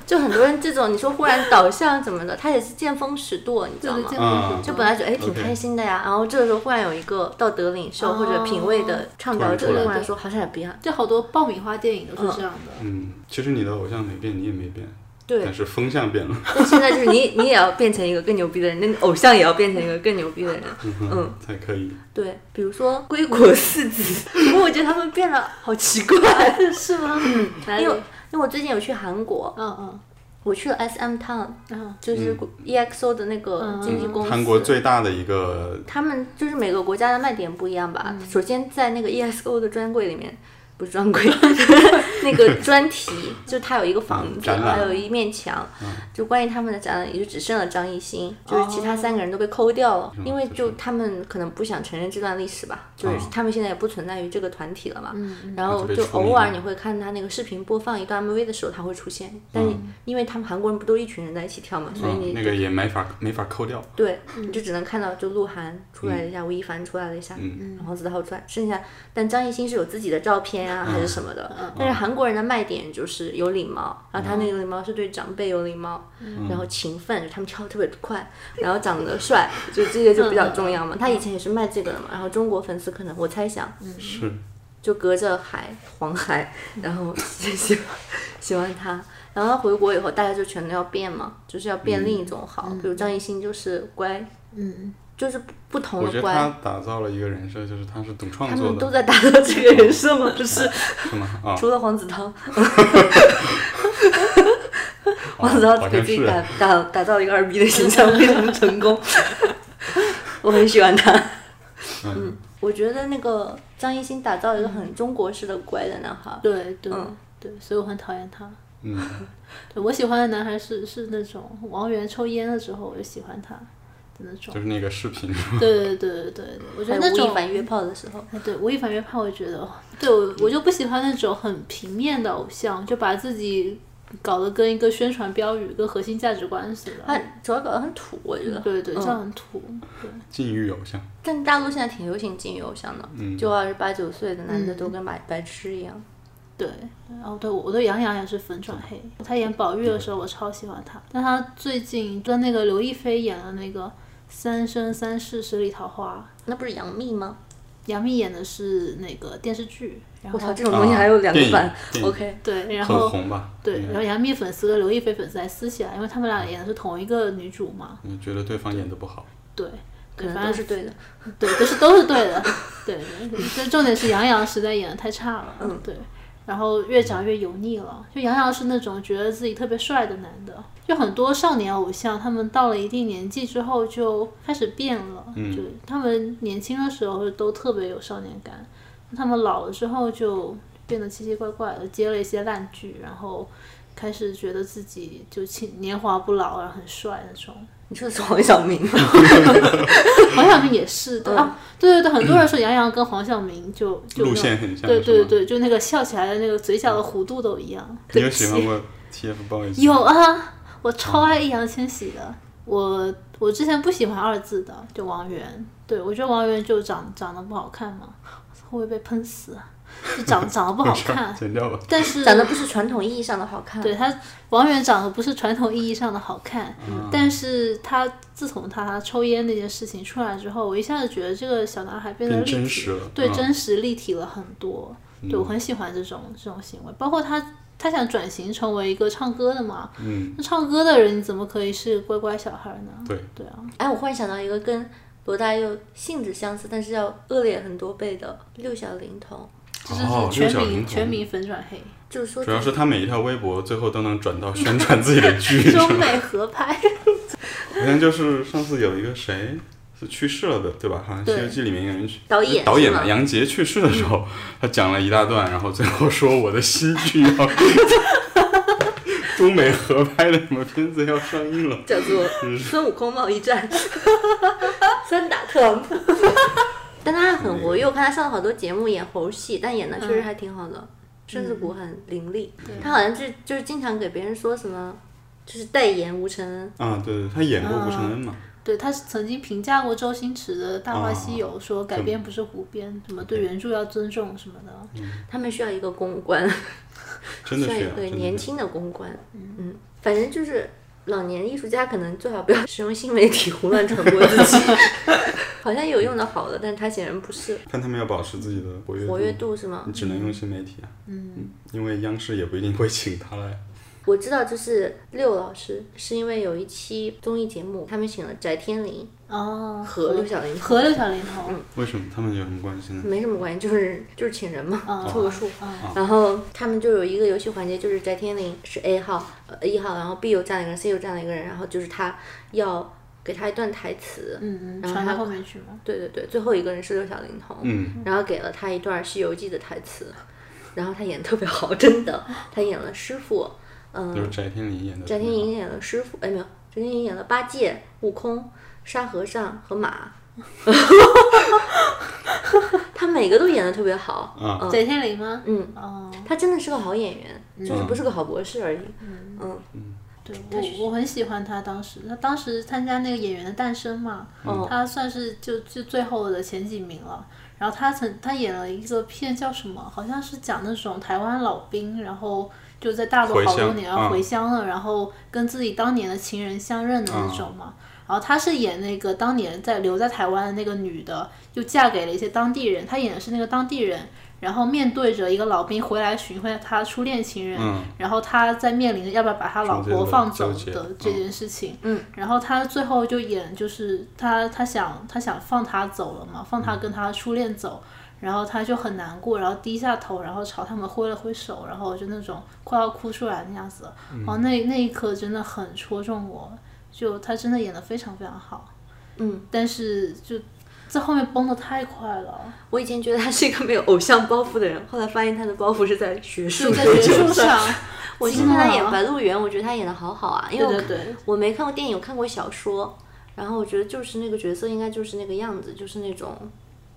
Speaker 2: 就很多人这种你说忽然倒向怎么的，他也是见风使舵，你知
Speaker 1: 对
Speaker 2: 道
Speaker 1: 对
Speaker 2: 吗？
Speaker 1: 对，
Speaker 3: 嗯
Speaker 2: 就本来觉得哎挺
Speaker 3: OK
Speaker 2: 开心的呀，然后这个时候忽然有一个道德领袖或
Speaker 1: 哦
Speaker 2: 者品味的倡导者
Speaker 3: 突然出来
Speaker 2: 忽然说好像也不一样，
Speaker 1: 就好多爆米花电影都是这样的。
Speaker 3: 嗯，其实你的偶像没变，你也没变，
Speaker 2: 对
Speaker 3: 但，是风向变了，
Speaker 2: 但现在就是你你也要变成一个更牛逼的人，那你偶像也要变成一个更牛逼 的人，嗯，
Speaker 3: 才可以。
Speaker 2: 对，比如说归国四子， 不过我觉得他们变了好奇怪，
Speaker 1: 是吗？哪里
Speaker 2: 嗯因为？我 因为我最近有去韩国，
Speaker 1: 嗯嗯
Speaker 2: 我去了 S M Town，
Speaker 1: 嗯，
Speaker 2: 就是 EXO 的那个经纪公司，
Speaker 3: 韩国最大的一个，
Speaker 2: 他们就是每个国家的卖点不一样吧。
Speaker 3: 嗯
Speaker 2: 首先在那个 ESO 的专柜 里面，不是专柜， 那个专题，就它有一个房
Speaker 3: 嗯
Speaker 2: 子，
Speaker 3: 展览嗯
Speaker 2: 还有一面墙，就关于他们的展览，也就只剩了张艺
Speaker 3: 哦
Speaker 2: 兴，就是其他三个人都被抠掉了，
Speaker 3: 嗯
Speaker 2: 因为就他们可能不想承认这段历史吧，就是他们现在也不存在于这个团体了嘛。
Speaker 3: 嗯
Speaker 2: 然后就偶尔你会看他那个视频播放一段 MV 的时候，他会出现，但是因为他们韩国人不都一群人在一起跳嘛，所以你
Speaker 3: 嗯，那个也没法没法抠掉。
Speaker 2: 对，你就只能看到就鹿晗出来了一下，吴亦凡出来了一下，然后子韬出来，剩下但张艺兴是有自己的照片
Speaker 1: 嗯
Speaker 2: 啊、还是什么的，但是韩国人的卖点就是有礼貌，然后他
Speaker 1: 嗯
Speaker 2: 那个礼貌是对长辈有礼貌，然后勤奋，就他们跳得特别快，然后长得帅， 就这些就比较重
Speaker 1: 嗯
Speaker 2: 要嘛。他以前也是卖这个的嘛，然后中国粉丝可能我猜想嗯
Speaker 3: 是，
Speaker 2: 就隔着海黄海，
Speaker 1: 嗯
Speaker 2: 然后 喜欢喜欢他。然后他回国以后，大家就全都要变嘛，就是要变另一种好。比如张艺兴就是乖，
Speaker 1: 嗯，
Speaker 2: 就是不不同
Speaker 3: 我觉
Speaker 2: 的
Speaker 3: 得他
Speaker 2: 乖，
Speaker 3: 打造了一个人设，就是他是懂
Speaker 2: 他
Speaker 3: 创作
Speaker 2: 们都
Speaker 3: 的，
Speaker 2: 在打造这个人设吗？不是，
Speaker 3: 是 吗？啊，
Speaker 2: 除了黄子韬，
Speaker 3: 好
Speaker 2: 黄子韬
Speaker 3: 哦好
Speaker 2: 给
Speaker 3: 像
Speaker 2: 自己
Speaker 3: 是
Speaker 2: 打打打造一个二逼的形 象非常成功， 我很喜欢他。
Speaker 3: 嗯，
Speaker 2: 我觉得那个张艺兴打造一个很中国式的乖的男孩，
Speaker 1: 对对
Speaker 2: 嗯
Speaker 1: 对，所以我很讨厌他。
Speaker 3: 嗯，
Speaker 1: 对我喜欢的男孩是是那种王源抽烟的时候我就喜欢他的那种
Speaker 3: 就。是那个视频，
Speaker 1: 对对对对对，我觉
Speaker 2: 还
Speaker 1: 得那
Speaker 2: 有吴亦
Speaker 1: 种
Speaker 2: 凡约炮的时候，
Speaker 1: 哎对，吴亦凡约炮，我觉得，对我我就不喜欢那种很平面的偶像，就把自己搞得跟一个宣传标语、跟核心价值观似的。
Speaker 2: 他主要搞得很土，我觉得。
Speaker 1: 对对，这
Speaker 2: 哎嗯
Speaker 1: 样很土。对，
Speaker 3: 禁欲偶像，
Speaker 2: 但大陆现在挺流行金鱼偶像的，
Speaker 3: 嗯
Speaker 2: 就二十八九岁的男的都跟白、白痴一样。
Speaker 1: 对，然后对我对杨洋也是粉转黑，他演宝玉的时候我超喜欢他，但他最近跟那个刘亦菲演了那个《三生三世十里桃花
Speaker 2: 那不是杨幂吗？》，
Speaker 1: 杨幂演的是那个电视剧，然
Speaker 2: 我操，
Speaker 1: 后
Speaker 2: 这种东西还有两个版
Speaker 3: 啊电影电影
Speaker 2: ，OK。
Speaker 1: 对，然
Speaker 3: 很
Speaker 1: 后
Speaker 3: 红嗯吧？
Speaker 1: 对，
Speaker 3: 应
Speaker 1: 然
Speaker 3: 该
Speaker 1: 后杨幂粉丝跟刘亦菲粉丝还撕起来，因为他们俩演的是同一个女主嘛，
Speaker 3: 你觉得对方演的不好，
Speaker 1: 对。对，
Speaker 2: 可能
Speaker 1: 反
Speaker 2: 都
Speaker 1: 正
Speaker 2: 是对的，
Speaker 1: 对，都是都是对的，对对对。但重点是杨洋实在演的太差了，嗯，对。然后越长越油腻了，就杨洋是那种觉得自己特别帅的男的，就很多少年偶像，他们到了一定年纪之后就开始变了，
Speaker 3: 嗯
Speaker 1: 就他们年轻的时候都特别有少年感，他们老了之后就变得奇奇怪怪的，接了一些烂剧，然后开始觉得自己就青年华不老，然后很帅那种。
Speaker 2: 你说的是黄晓明吗？
Speaker 1: 黄晓明也是
Speaker 2: 嗯
Speaker 1: 的、啊，对对对，很多人说杨洋跟黄晓明就就
Speaker 3: 路
Speaker 1: 那种
Speaker 3: 线很像
Speaker 1: 对对
Speaker 3: 是吗
Speaker 1: 对，就那个笑起来的那个嘴角的弧度都一样。
Speaker 3: 你
Speaker 2: 对
Speaker 3: 有
Speaker 2: 不起
Speaker 3: 喜欢过 TFBOYS？
Speaker 1: 有啊，我超爱易烊千玺的，我我之前不喜欢二字的，就王源，对我觉得王源就长长得不好看嘛，会不会被喷死啊？就长长得不 好看，
Speaker 3: 剪掉吧。
Speaker 1: 但是
Speaker 2: 长得不是传统意义上的好看。啊
Speaker 1: 对他，王源长得不是传统意义上的好看，
Speaker 3: 嗯
Speaker 1: 但是他自从他抽烟那件事情出来之后，我一下子觉得这个小男孩变得
Speaker 3: 变
Speaker 1: 立体
Speaker 3: 真实了
Speaker 1: 对，
Speaker 3: 嗯
Speaker 1: 真实立体了很多。对我很喜欢这种这种行为，包括他他想转型成为一个唱歌的嘛，
Speaker 3: 嗯，
Speaker 1: 那唱歌的人你怎么可以是乖乖小孩呢？
Speaker 3: 对
Speaker 1: 对啊，
Speaker 2: 哎，我忽然想到一个跟罗大佑性质相似，但是要恶劣很多倍的六小龄童，
Speaker 1: 这就
Speaker 3: 哦
Speaker 1: 是全
Speaker 3: 六小龄
Speaker 1: 民
Speaker 3: 童
Speaker 1: 全民粉转黑，
Speaker 2: 就是说
Speaker 3: 主要是他每一条微博最后都能转到宣传自己的 剧，是吧
Speaker 1: 中美合拍。
Speaker 3: 好像就是上次有一个谁是去世了的，对吧？好像《
Speaker 1: 对
Speaker 3: 西游记》里面一个人去呃
Speaker 2: 导演
Speaker 3: 导演
Speaker 2: 是
Speaker 3: 嘛，
Speaker 2: 吗
Speaker 3: 杨洁去世的时
Speaker 1: 嗯
Speaker 3: 候，他讲了一大段，然后最后说我 的新剧要中美合拍的什么片子要上映了，
Speaker 2: 叫做孙悟空贸易 战，三打特朗普。 但他很
Speaker 3: 嗯
Speaker 2: 活跃，我看他上了好多节目演猴戏，但演的确实还挺好的，身子骨很伶俐。他好像就就是经常给别人说什么，就是代言吴承恩。
Speaker 3: 啊，对对，他演过吴承恩嘛，
Speaker 1: 对，他是曾经评价过周星驰的《大话西
Speaker 3: 哦
Speaker 1: 游》，说改编不是胡编，什么对原著要尊重什么的。
Speaker 2: 他们需要一个公关，
Speaker 3: 真的
Speaker 2: 需要
Speaker 3: 是
Speaker 2: 一
Speaker 3: 啊
Speaker 2: 个
Speaker 3: 真的是
Speaker 2: 年轻的公关。嗯，反正就是老年艺术家可能最好不要使用新媒体胡乱传播自己。 好像有用的好的，但他显然不是
Speaker 3: 但他们要保持自己的活跃
Speaker 2: 活跃度是吗
Speaker 3: 你？只能用新媒体啊，嗯，因为央视也不一定会请他来。
Speaker 2: 我知道，就是六老师，是因为有一期综艺节目，他们请了翟天临
Speaker 1: 哦，
Speaker 2: 和六小龄童，嗯
Speaker 1: 和六小龄童，
Speaker 3: 为什么他们有什么关系呢？
Speaker 2: 没什么关系，就是就是请人
Speaker 1: 哦
Speaker 2: 嘛，凑个数
Speaker 1: 嗯。
Speaker 2: 然后他们就有一个游戏环节，就是翟天临是 A 号，呃一号，然后 B 又站了一个人，C 又站了一个人，然后就是他要给他一段台词，
Speaker 1: 嗯嗯，
Speaker 2: 然后
Speaker 1: 传到
Speaker 2: 他
Speaker 1: 后面去吗？
Speaker 2: 对对对，最后一个人是六小龄童，
Speaker 3: 嗯，
Speaker 2: 然后给了他一段《西游记》的台词，然后他演的特别好，真的，他演了师傅，嗯，
Speaker 3: 就是翟天临演的。
Speaker 2: 翟天临演了师傅，哎没有，翟天临演了八戒、悟空、沙和尚和马， 他每个都演的特别好，
Speaker 3: 啊
Speaker 2: 嗯
Speaker 1: 翟天临吗？
Speaker 2: 嗯，
Speaker 1: 哦，
Speaker 2: 他真的是个好演员，就是不是个好博士而已，嗯，
Speaker 1: 对我我很喜欢他当时，他当时参加那个《演员的诞生》嘛，
Speaker 3: 嗯
Speaker 2: 哦
Speaker 1: 他算是就就最后的前几名了。然后他曾他演了一个片叫什么，好像是讲那种台湾老兵，然后就在大陆
Speaker 3: 回
Speaker 1: 好多
Speaker 3: 乡
Speaker 1: 年要
Speaker 3: 嗯
Speaker 1: 回乡了，然后跟自己当年的情人相认的那种
Speaker 3: 嗯
Speaker 1: 嘛。然后他是演那个当年在留在台湾的那个女的，就嫁给了一些当地人，他演的是那个当地人。然后面对着一个老兵回来寻回他初恋情人，
Speaker 3: 嗯
Speaker 1: 然后他在面临着要不要把他老
Speaker 3: 中间
Speaker 1: 婆
Speaker 3: 的
Speaker 1: 放走
Speaker 3: 纠结
Speaker 1: 的
Speaker 3: 嗯
Speaker 1: 这件事情，
Speaker 2: 嗯，
Speaker 1: 然后他最后就演就是他他想他想放他走了嘛，
Speaker 3: 嗯
Speaker 1: 放他跟他初恋走，然后他就很难过，然后低下头，然后朝他们挥了挥手，然后就那种快要哭出来那样子，
Speaker 3: 嗯
Speaker 1: 然后那那一刻真的很戳中我，就他真的演的非常非常好，
Speaker 2: 嗯，
Speaker 1: 但是就这后面崩的太快了，
Speaker 2: 我以前觉得他是一个没有偶像包袱的人，后来发现他的包袱是在学术
Speaker 1: 就在学术
Speaker 2: 上。
Speaker 1: 上，
Speaker 2: 我去
Speaker 1: 惊
Speaker 2: 看他
Speaker 1: 了
Speaker 2: 演《白鹿原》，我觉得他演的好好啊，因为我
Speaker 1: 嗯对对对
Speaker 2: 我没看过电影，我看过小说，然后我觉得就是那个角色应该就是那个样子，就是那种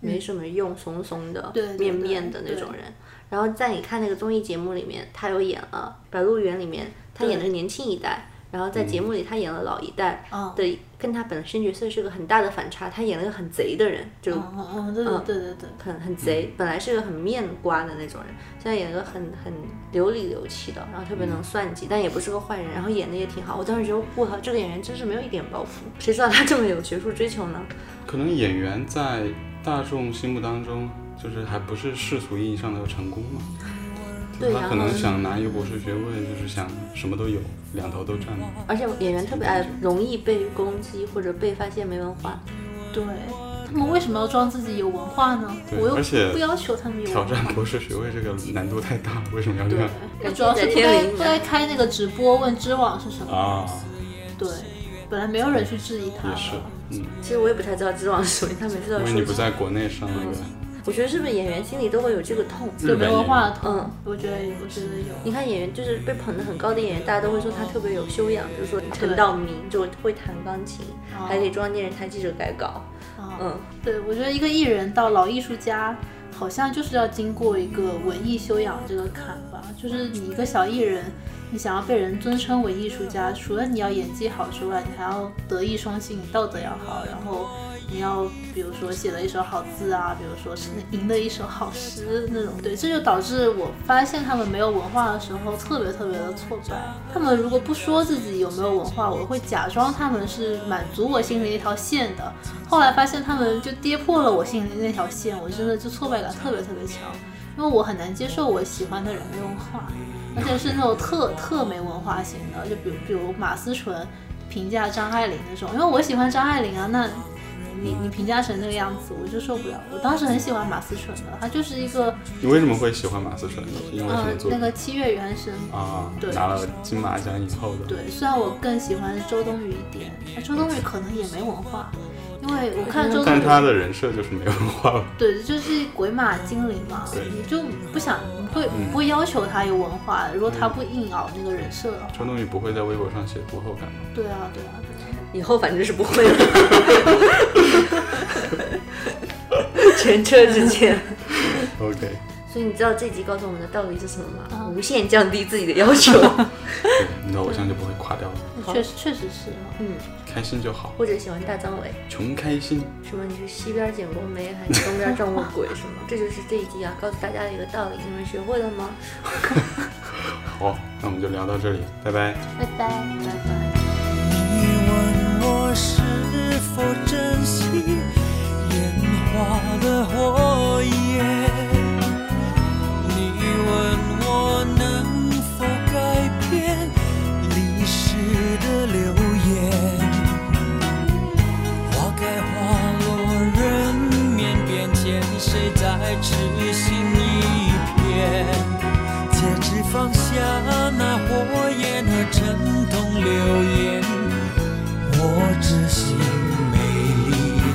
Speaker 2: 没什么用、怂怂的、
Speaker 1: 嗯对对
Speaker 2: 面
Speaker 1: 对
Speaker 2: 面的那
Speaker 1: 对
Speaker 2: 种人。然后在你看那个综艺节目里面，他有演了《白鹿原》里面，他演的是年轻一代，然后在节目里他演了老一代
Speaker 1: 嗯
Speaker 2: 的，跟他本身角色是个很大的反差，他演了一个很贼的人，就
Speaker 1: 嗯嗯嗯，对对对对对。
Speaker 2: 很很
Speaker 3: 嗯
Speaker 2: 贼，本来是个很面瓜的那种人，现在演个很很流里流气的，然后特别
Speaker 3: 嗯
Speaker 2: 能算计，但也不是个坏人，然后演的也挺好。我当时觉得，我靠，这个演员真是没有一点包袱，谁知道他这么有学术追求呢？
Speaker 3: 可能演员在大众心目当中，就是还不是世俗意义上的成功嘛。
Speaker 2: 对
Speaker 3: 他
Speaker 2: 然
Speaker 3: 可能
Speaker 2: 后
Speaker 3: 想拿一个博士学位，就是想什么都有，两头 都占嘛。
Speaker 2: 而且演员特别爱容易被攻击或者被发现没文化，
Speaker 1: 对，他们为什么要装自己有文化呢？
Speaker 3: 对
Speaker 1: 我又
Speaker 3: 而且
Speaker 1: 不要求他们有
Speaker 3: 挑
Speaker 1: 文化。
Speaker 3: 战博士学位这个难度太大，为什么要这
Speaker 1: 对
Speaker 3: 样，
Speaker 1: 我主要是不该
Speaker 2: 感觉在天灵
Speaker 1: 不该开那个直播问知网是什么。
Speaker 3: 啊？
Speaker 1: 对，本来没有人去质疑他
Speaker 3: 也
Speaker 1: 了。
Speaker 3: 是，嗯，
Speaker 2: 其实我也不太知道知网是什么，他每次
Speaker 3: 因
Speaker 2: 都要
Speaker 3: 为
Speaker 2: 说
Speaker 3: 你不在国内上那个，
Speaker 2: 我觉得是不是演员心里都会有这个痛？
Speaker 3: 日
Speaker 1: 对
Speaker 3: 本
Speaker 1: 没文化的
Speaker 2: 嗯
Speaker 1: 痛，我觉得我觉得有。
Speaker 2: 你看演员就是被捧得很高的演员，大家都会说他特别有修养，比如说陈道明就会弹钢琴，
Speaker 1: 哦
Speaker 2: 还给中央电视台记者改稿，
Speaker 1: 啊、
Speaker 2: 嗯。
Speaker 1: 对，我觉得一个艺人到老艺术家，好像就是要经过一个文艺修养这个坎吧。就是你一个小艺人，你想要被人尊称为艺术家，除了你要演技好之外，你还要德艺双馨，你道德要好，然后你要比如说写了一手好字啊，比如说是吟了一首好诗那种。对，这就导致我发现他们没有文化的时候，特别特别的挫败。他们如果不说自己有没有文化，我会假装他们是满足我心里那条线的。后来发现他们就跌破了我心里那条线，我真的就挫败感特别特别强，因为我很难接受我喜欢的人没文化，而且是那种特特没文化型的，就比如比如马思纯评价张爱玲那种，因为我喜欢张爱玲啊，那
Speaker 3: 嗯
Speaker 1: 你你评价成那个样子，我就受不了。我当时很喜欢马思纯的，他就是一个
Speaker 3: 你为什么会喜欢马思纯？是因为什么
Speaker 1: 嗯
Speaker 3: 作
Speaker 1: 那
Speaker 3: 品？
Speaker 1: 个
Speaker 2: 呃
Speaker 1: 七月与安生，
Speaker 3: 啊，
Speaker 1: 对
Speaker 3: 拿了金马奖以后的，
Speaker 1: 对，虽然我更喜欢周冬雨一点，但周冬雨可能也没文化，因为我看周冬
Speaker 3: 但
Speaker 1: 雨
Speaker 3: 是他的人设就是没文化。
Speaker 1: 对，就是鬼马精灵嘛，
Speaker 3: 对
Speaker 1: 你就不想不会不会要求他有文化，如果他不硬熬那个人设的话，
Speaker 3: 周冬雨不会在微博上写读后感吗？
Speaker 1: 对啊对啊对啊，
Speaker 2: 以后反正是不会了。前车之鉴。
Speaker 3: OK，
Speaker 2: 所以你知道这集告诉我们的道理是什么吗？
Speaker 1: 嗯
Speaker 2: 无限降低自己的要求。
Speaker 3: 对，你的偶像就不会垮掉了，
Speaker 2: 好
Speaker 1: 确实确实是啊，
Speaker 2: 嗯，
Speaker 3: 开心就好，
Speaker 2: 或者喜欢大张伟，
Speaker 3: 穷开心。
Speaker 2: 什么你是西边捡过煤还是东边撞过鬼什么？这就是这一集啊，告诉大家的一个道理。你们学会了吗？
Speaker 3: 好，那我们就聊到这里，拜拜。
Speaker 1: 拜拜拜拜。
Speaker 4: 你问我是否珍惜烟花的火焰？你问我能否改变历史的流言？花开花落人面变迁，谁在痴心一片？戒指放下那火焰和阵痛流言，我只希望。